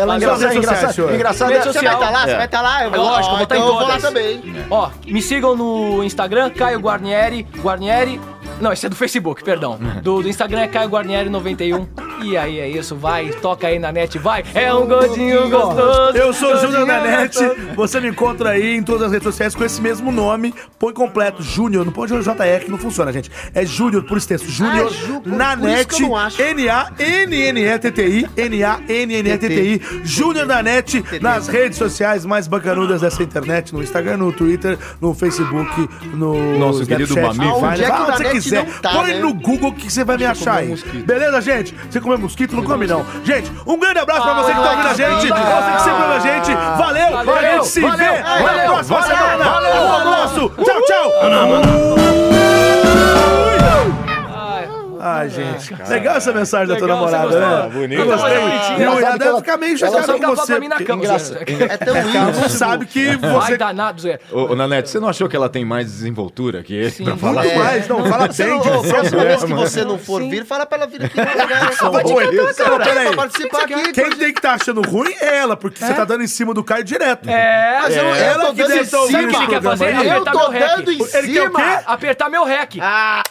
Ela
Nas redes
engraçada,
sociais, senhor.
engraçada, engraçada.
Você vai tá lá? Você vai tá lá? Eu
É
vou-
lógico, eu vou estar
então
em
eu vou
todas.
lá também.
Ó, me sigam no Instagram, Caio Guarnieri, Guarnieri... Não, esse é do Facebook, perdão. Do, do Instagram é Caio Guarnieri91. E aí é isso, vai, toca aí na net, vai. É um godinho gostoso.
Eu sou o Júnior
Godinho
da Net.
gostoso.
Você me encontra aí em todas as redes sociais com esse mesmo nome. Põe completo, Júnior. Não pode JR que não funciona, gente. É Júnior por extenso. Júnior
Ju- por-
na
por isso que
net.
eu não acho.
N-A-N-N-E-T-T-I. N-A-N-N-E-T-T-I. Júnior da Net nas redes sociais mais bacanudas dessa internet. No Instagram, no Twitter, no Facebook, no
Nosso querido
Snapchat.
mamífero.
Vai
Aonde é que o
onde
da
você
net
quiser.
não tá,
Põe
né?
no Google que você vai me achar aí. Beleza, gente? Você comeu mosquito? Não come, não. Gente, um grande abraço pra você que tá ouvindo a gente. Você que sempre ouve a gente. Valeu.
Valeu,
A gente se vê
valeu,
na
valeu,
próxima
valeu,
semana.
valeu.
Um abraço. Tchau, tchau.
Ai,
Ah, gente. Legal essa mensagem da tua
Legal, você
namorada, né?
gostou? Bonito.
Eu gostei.
Ela tá
E ela
bonitinha.
deve ficar meio
Ela
chateada
só
com
é
fica
você.
falando na
porque-
cama,
Engraça-
Zé. É tão
porque ela não
íntimo.
sabe que
Vai
você...
danado, Zé.
Ô, ô Nanete, você não achou que ela tem mais desenvoltura que ele? Pra falar
Muito
sobre-
mais, não, fala
Você
bem
não-
de
ô,
É. você.
próxima
É,
vez
mano. Sim. fala pra ela vir aqui. né?
São
Vai te
ruins.
cantar, cara.
Não, peraí.
Pra participar aqui.
Quem tem que estar achando ruim é ela, porque você tá dando em cima do Caio direto. É,
Mas eu não- eu
ela
tô
que
dando
deve
em
é
estar ouvindo
cima.
esse
Sabe o que ele quer
programa
fazer?
aí.
Eu tô dando em
Ele quer o
cima.
quê?
Apertar meu rec.
Ah.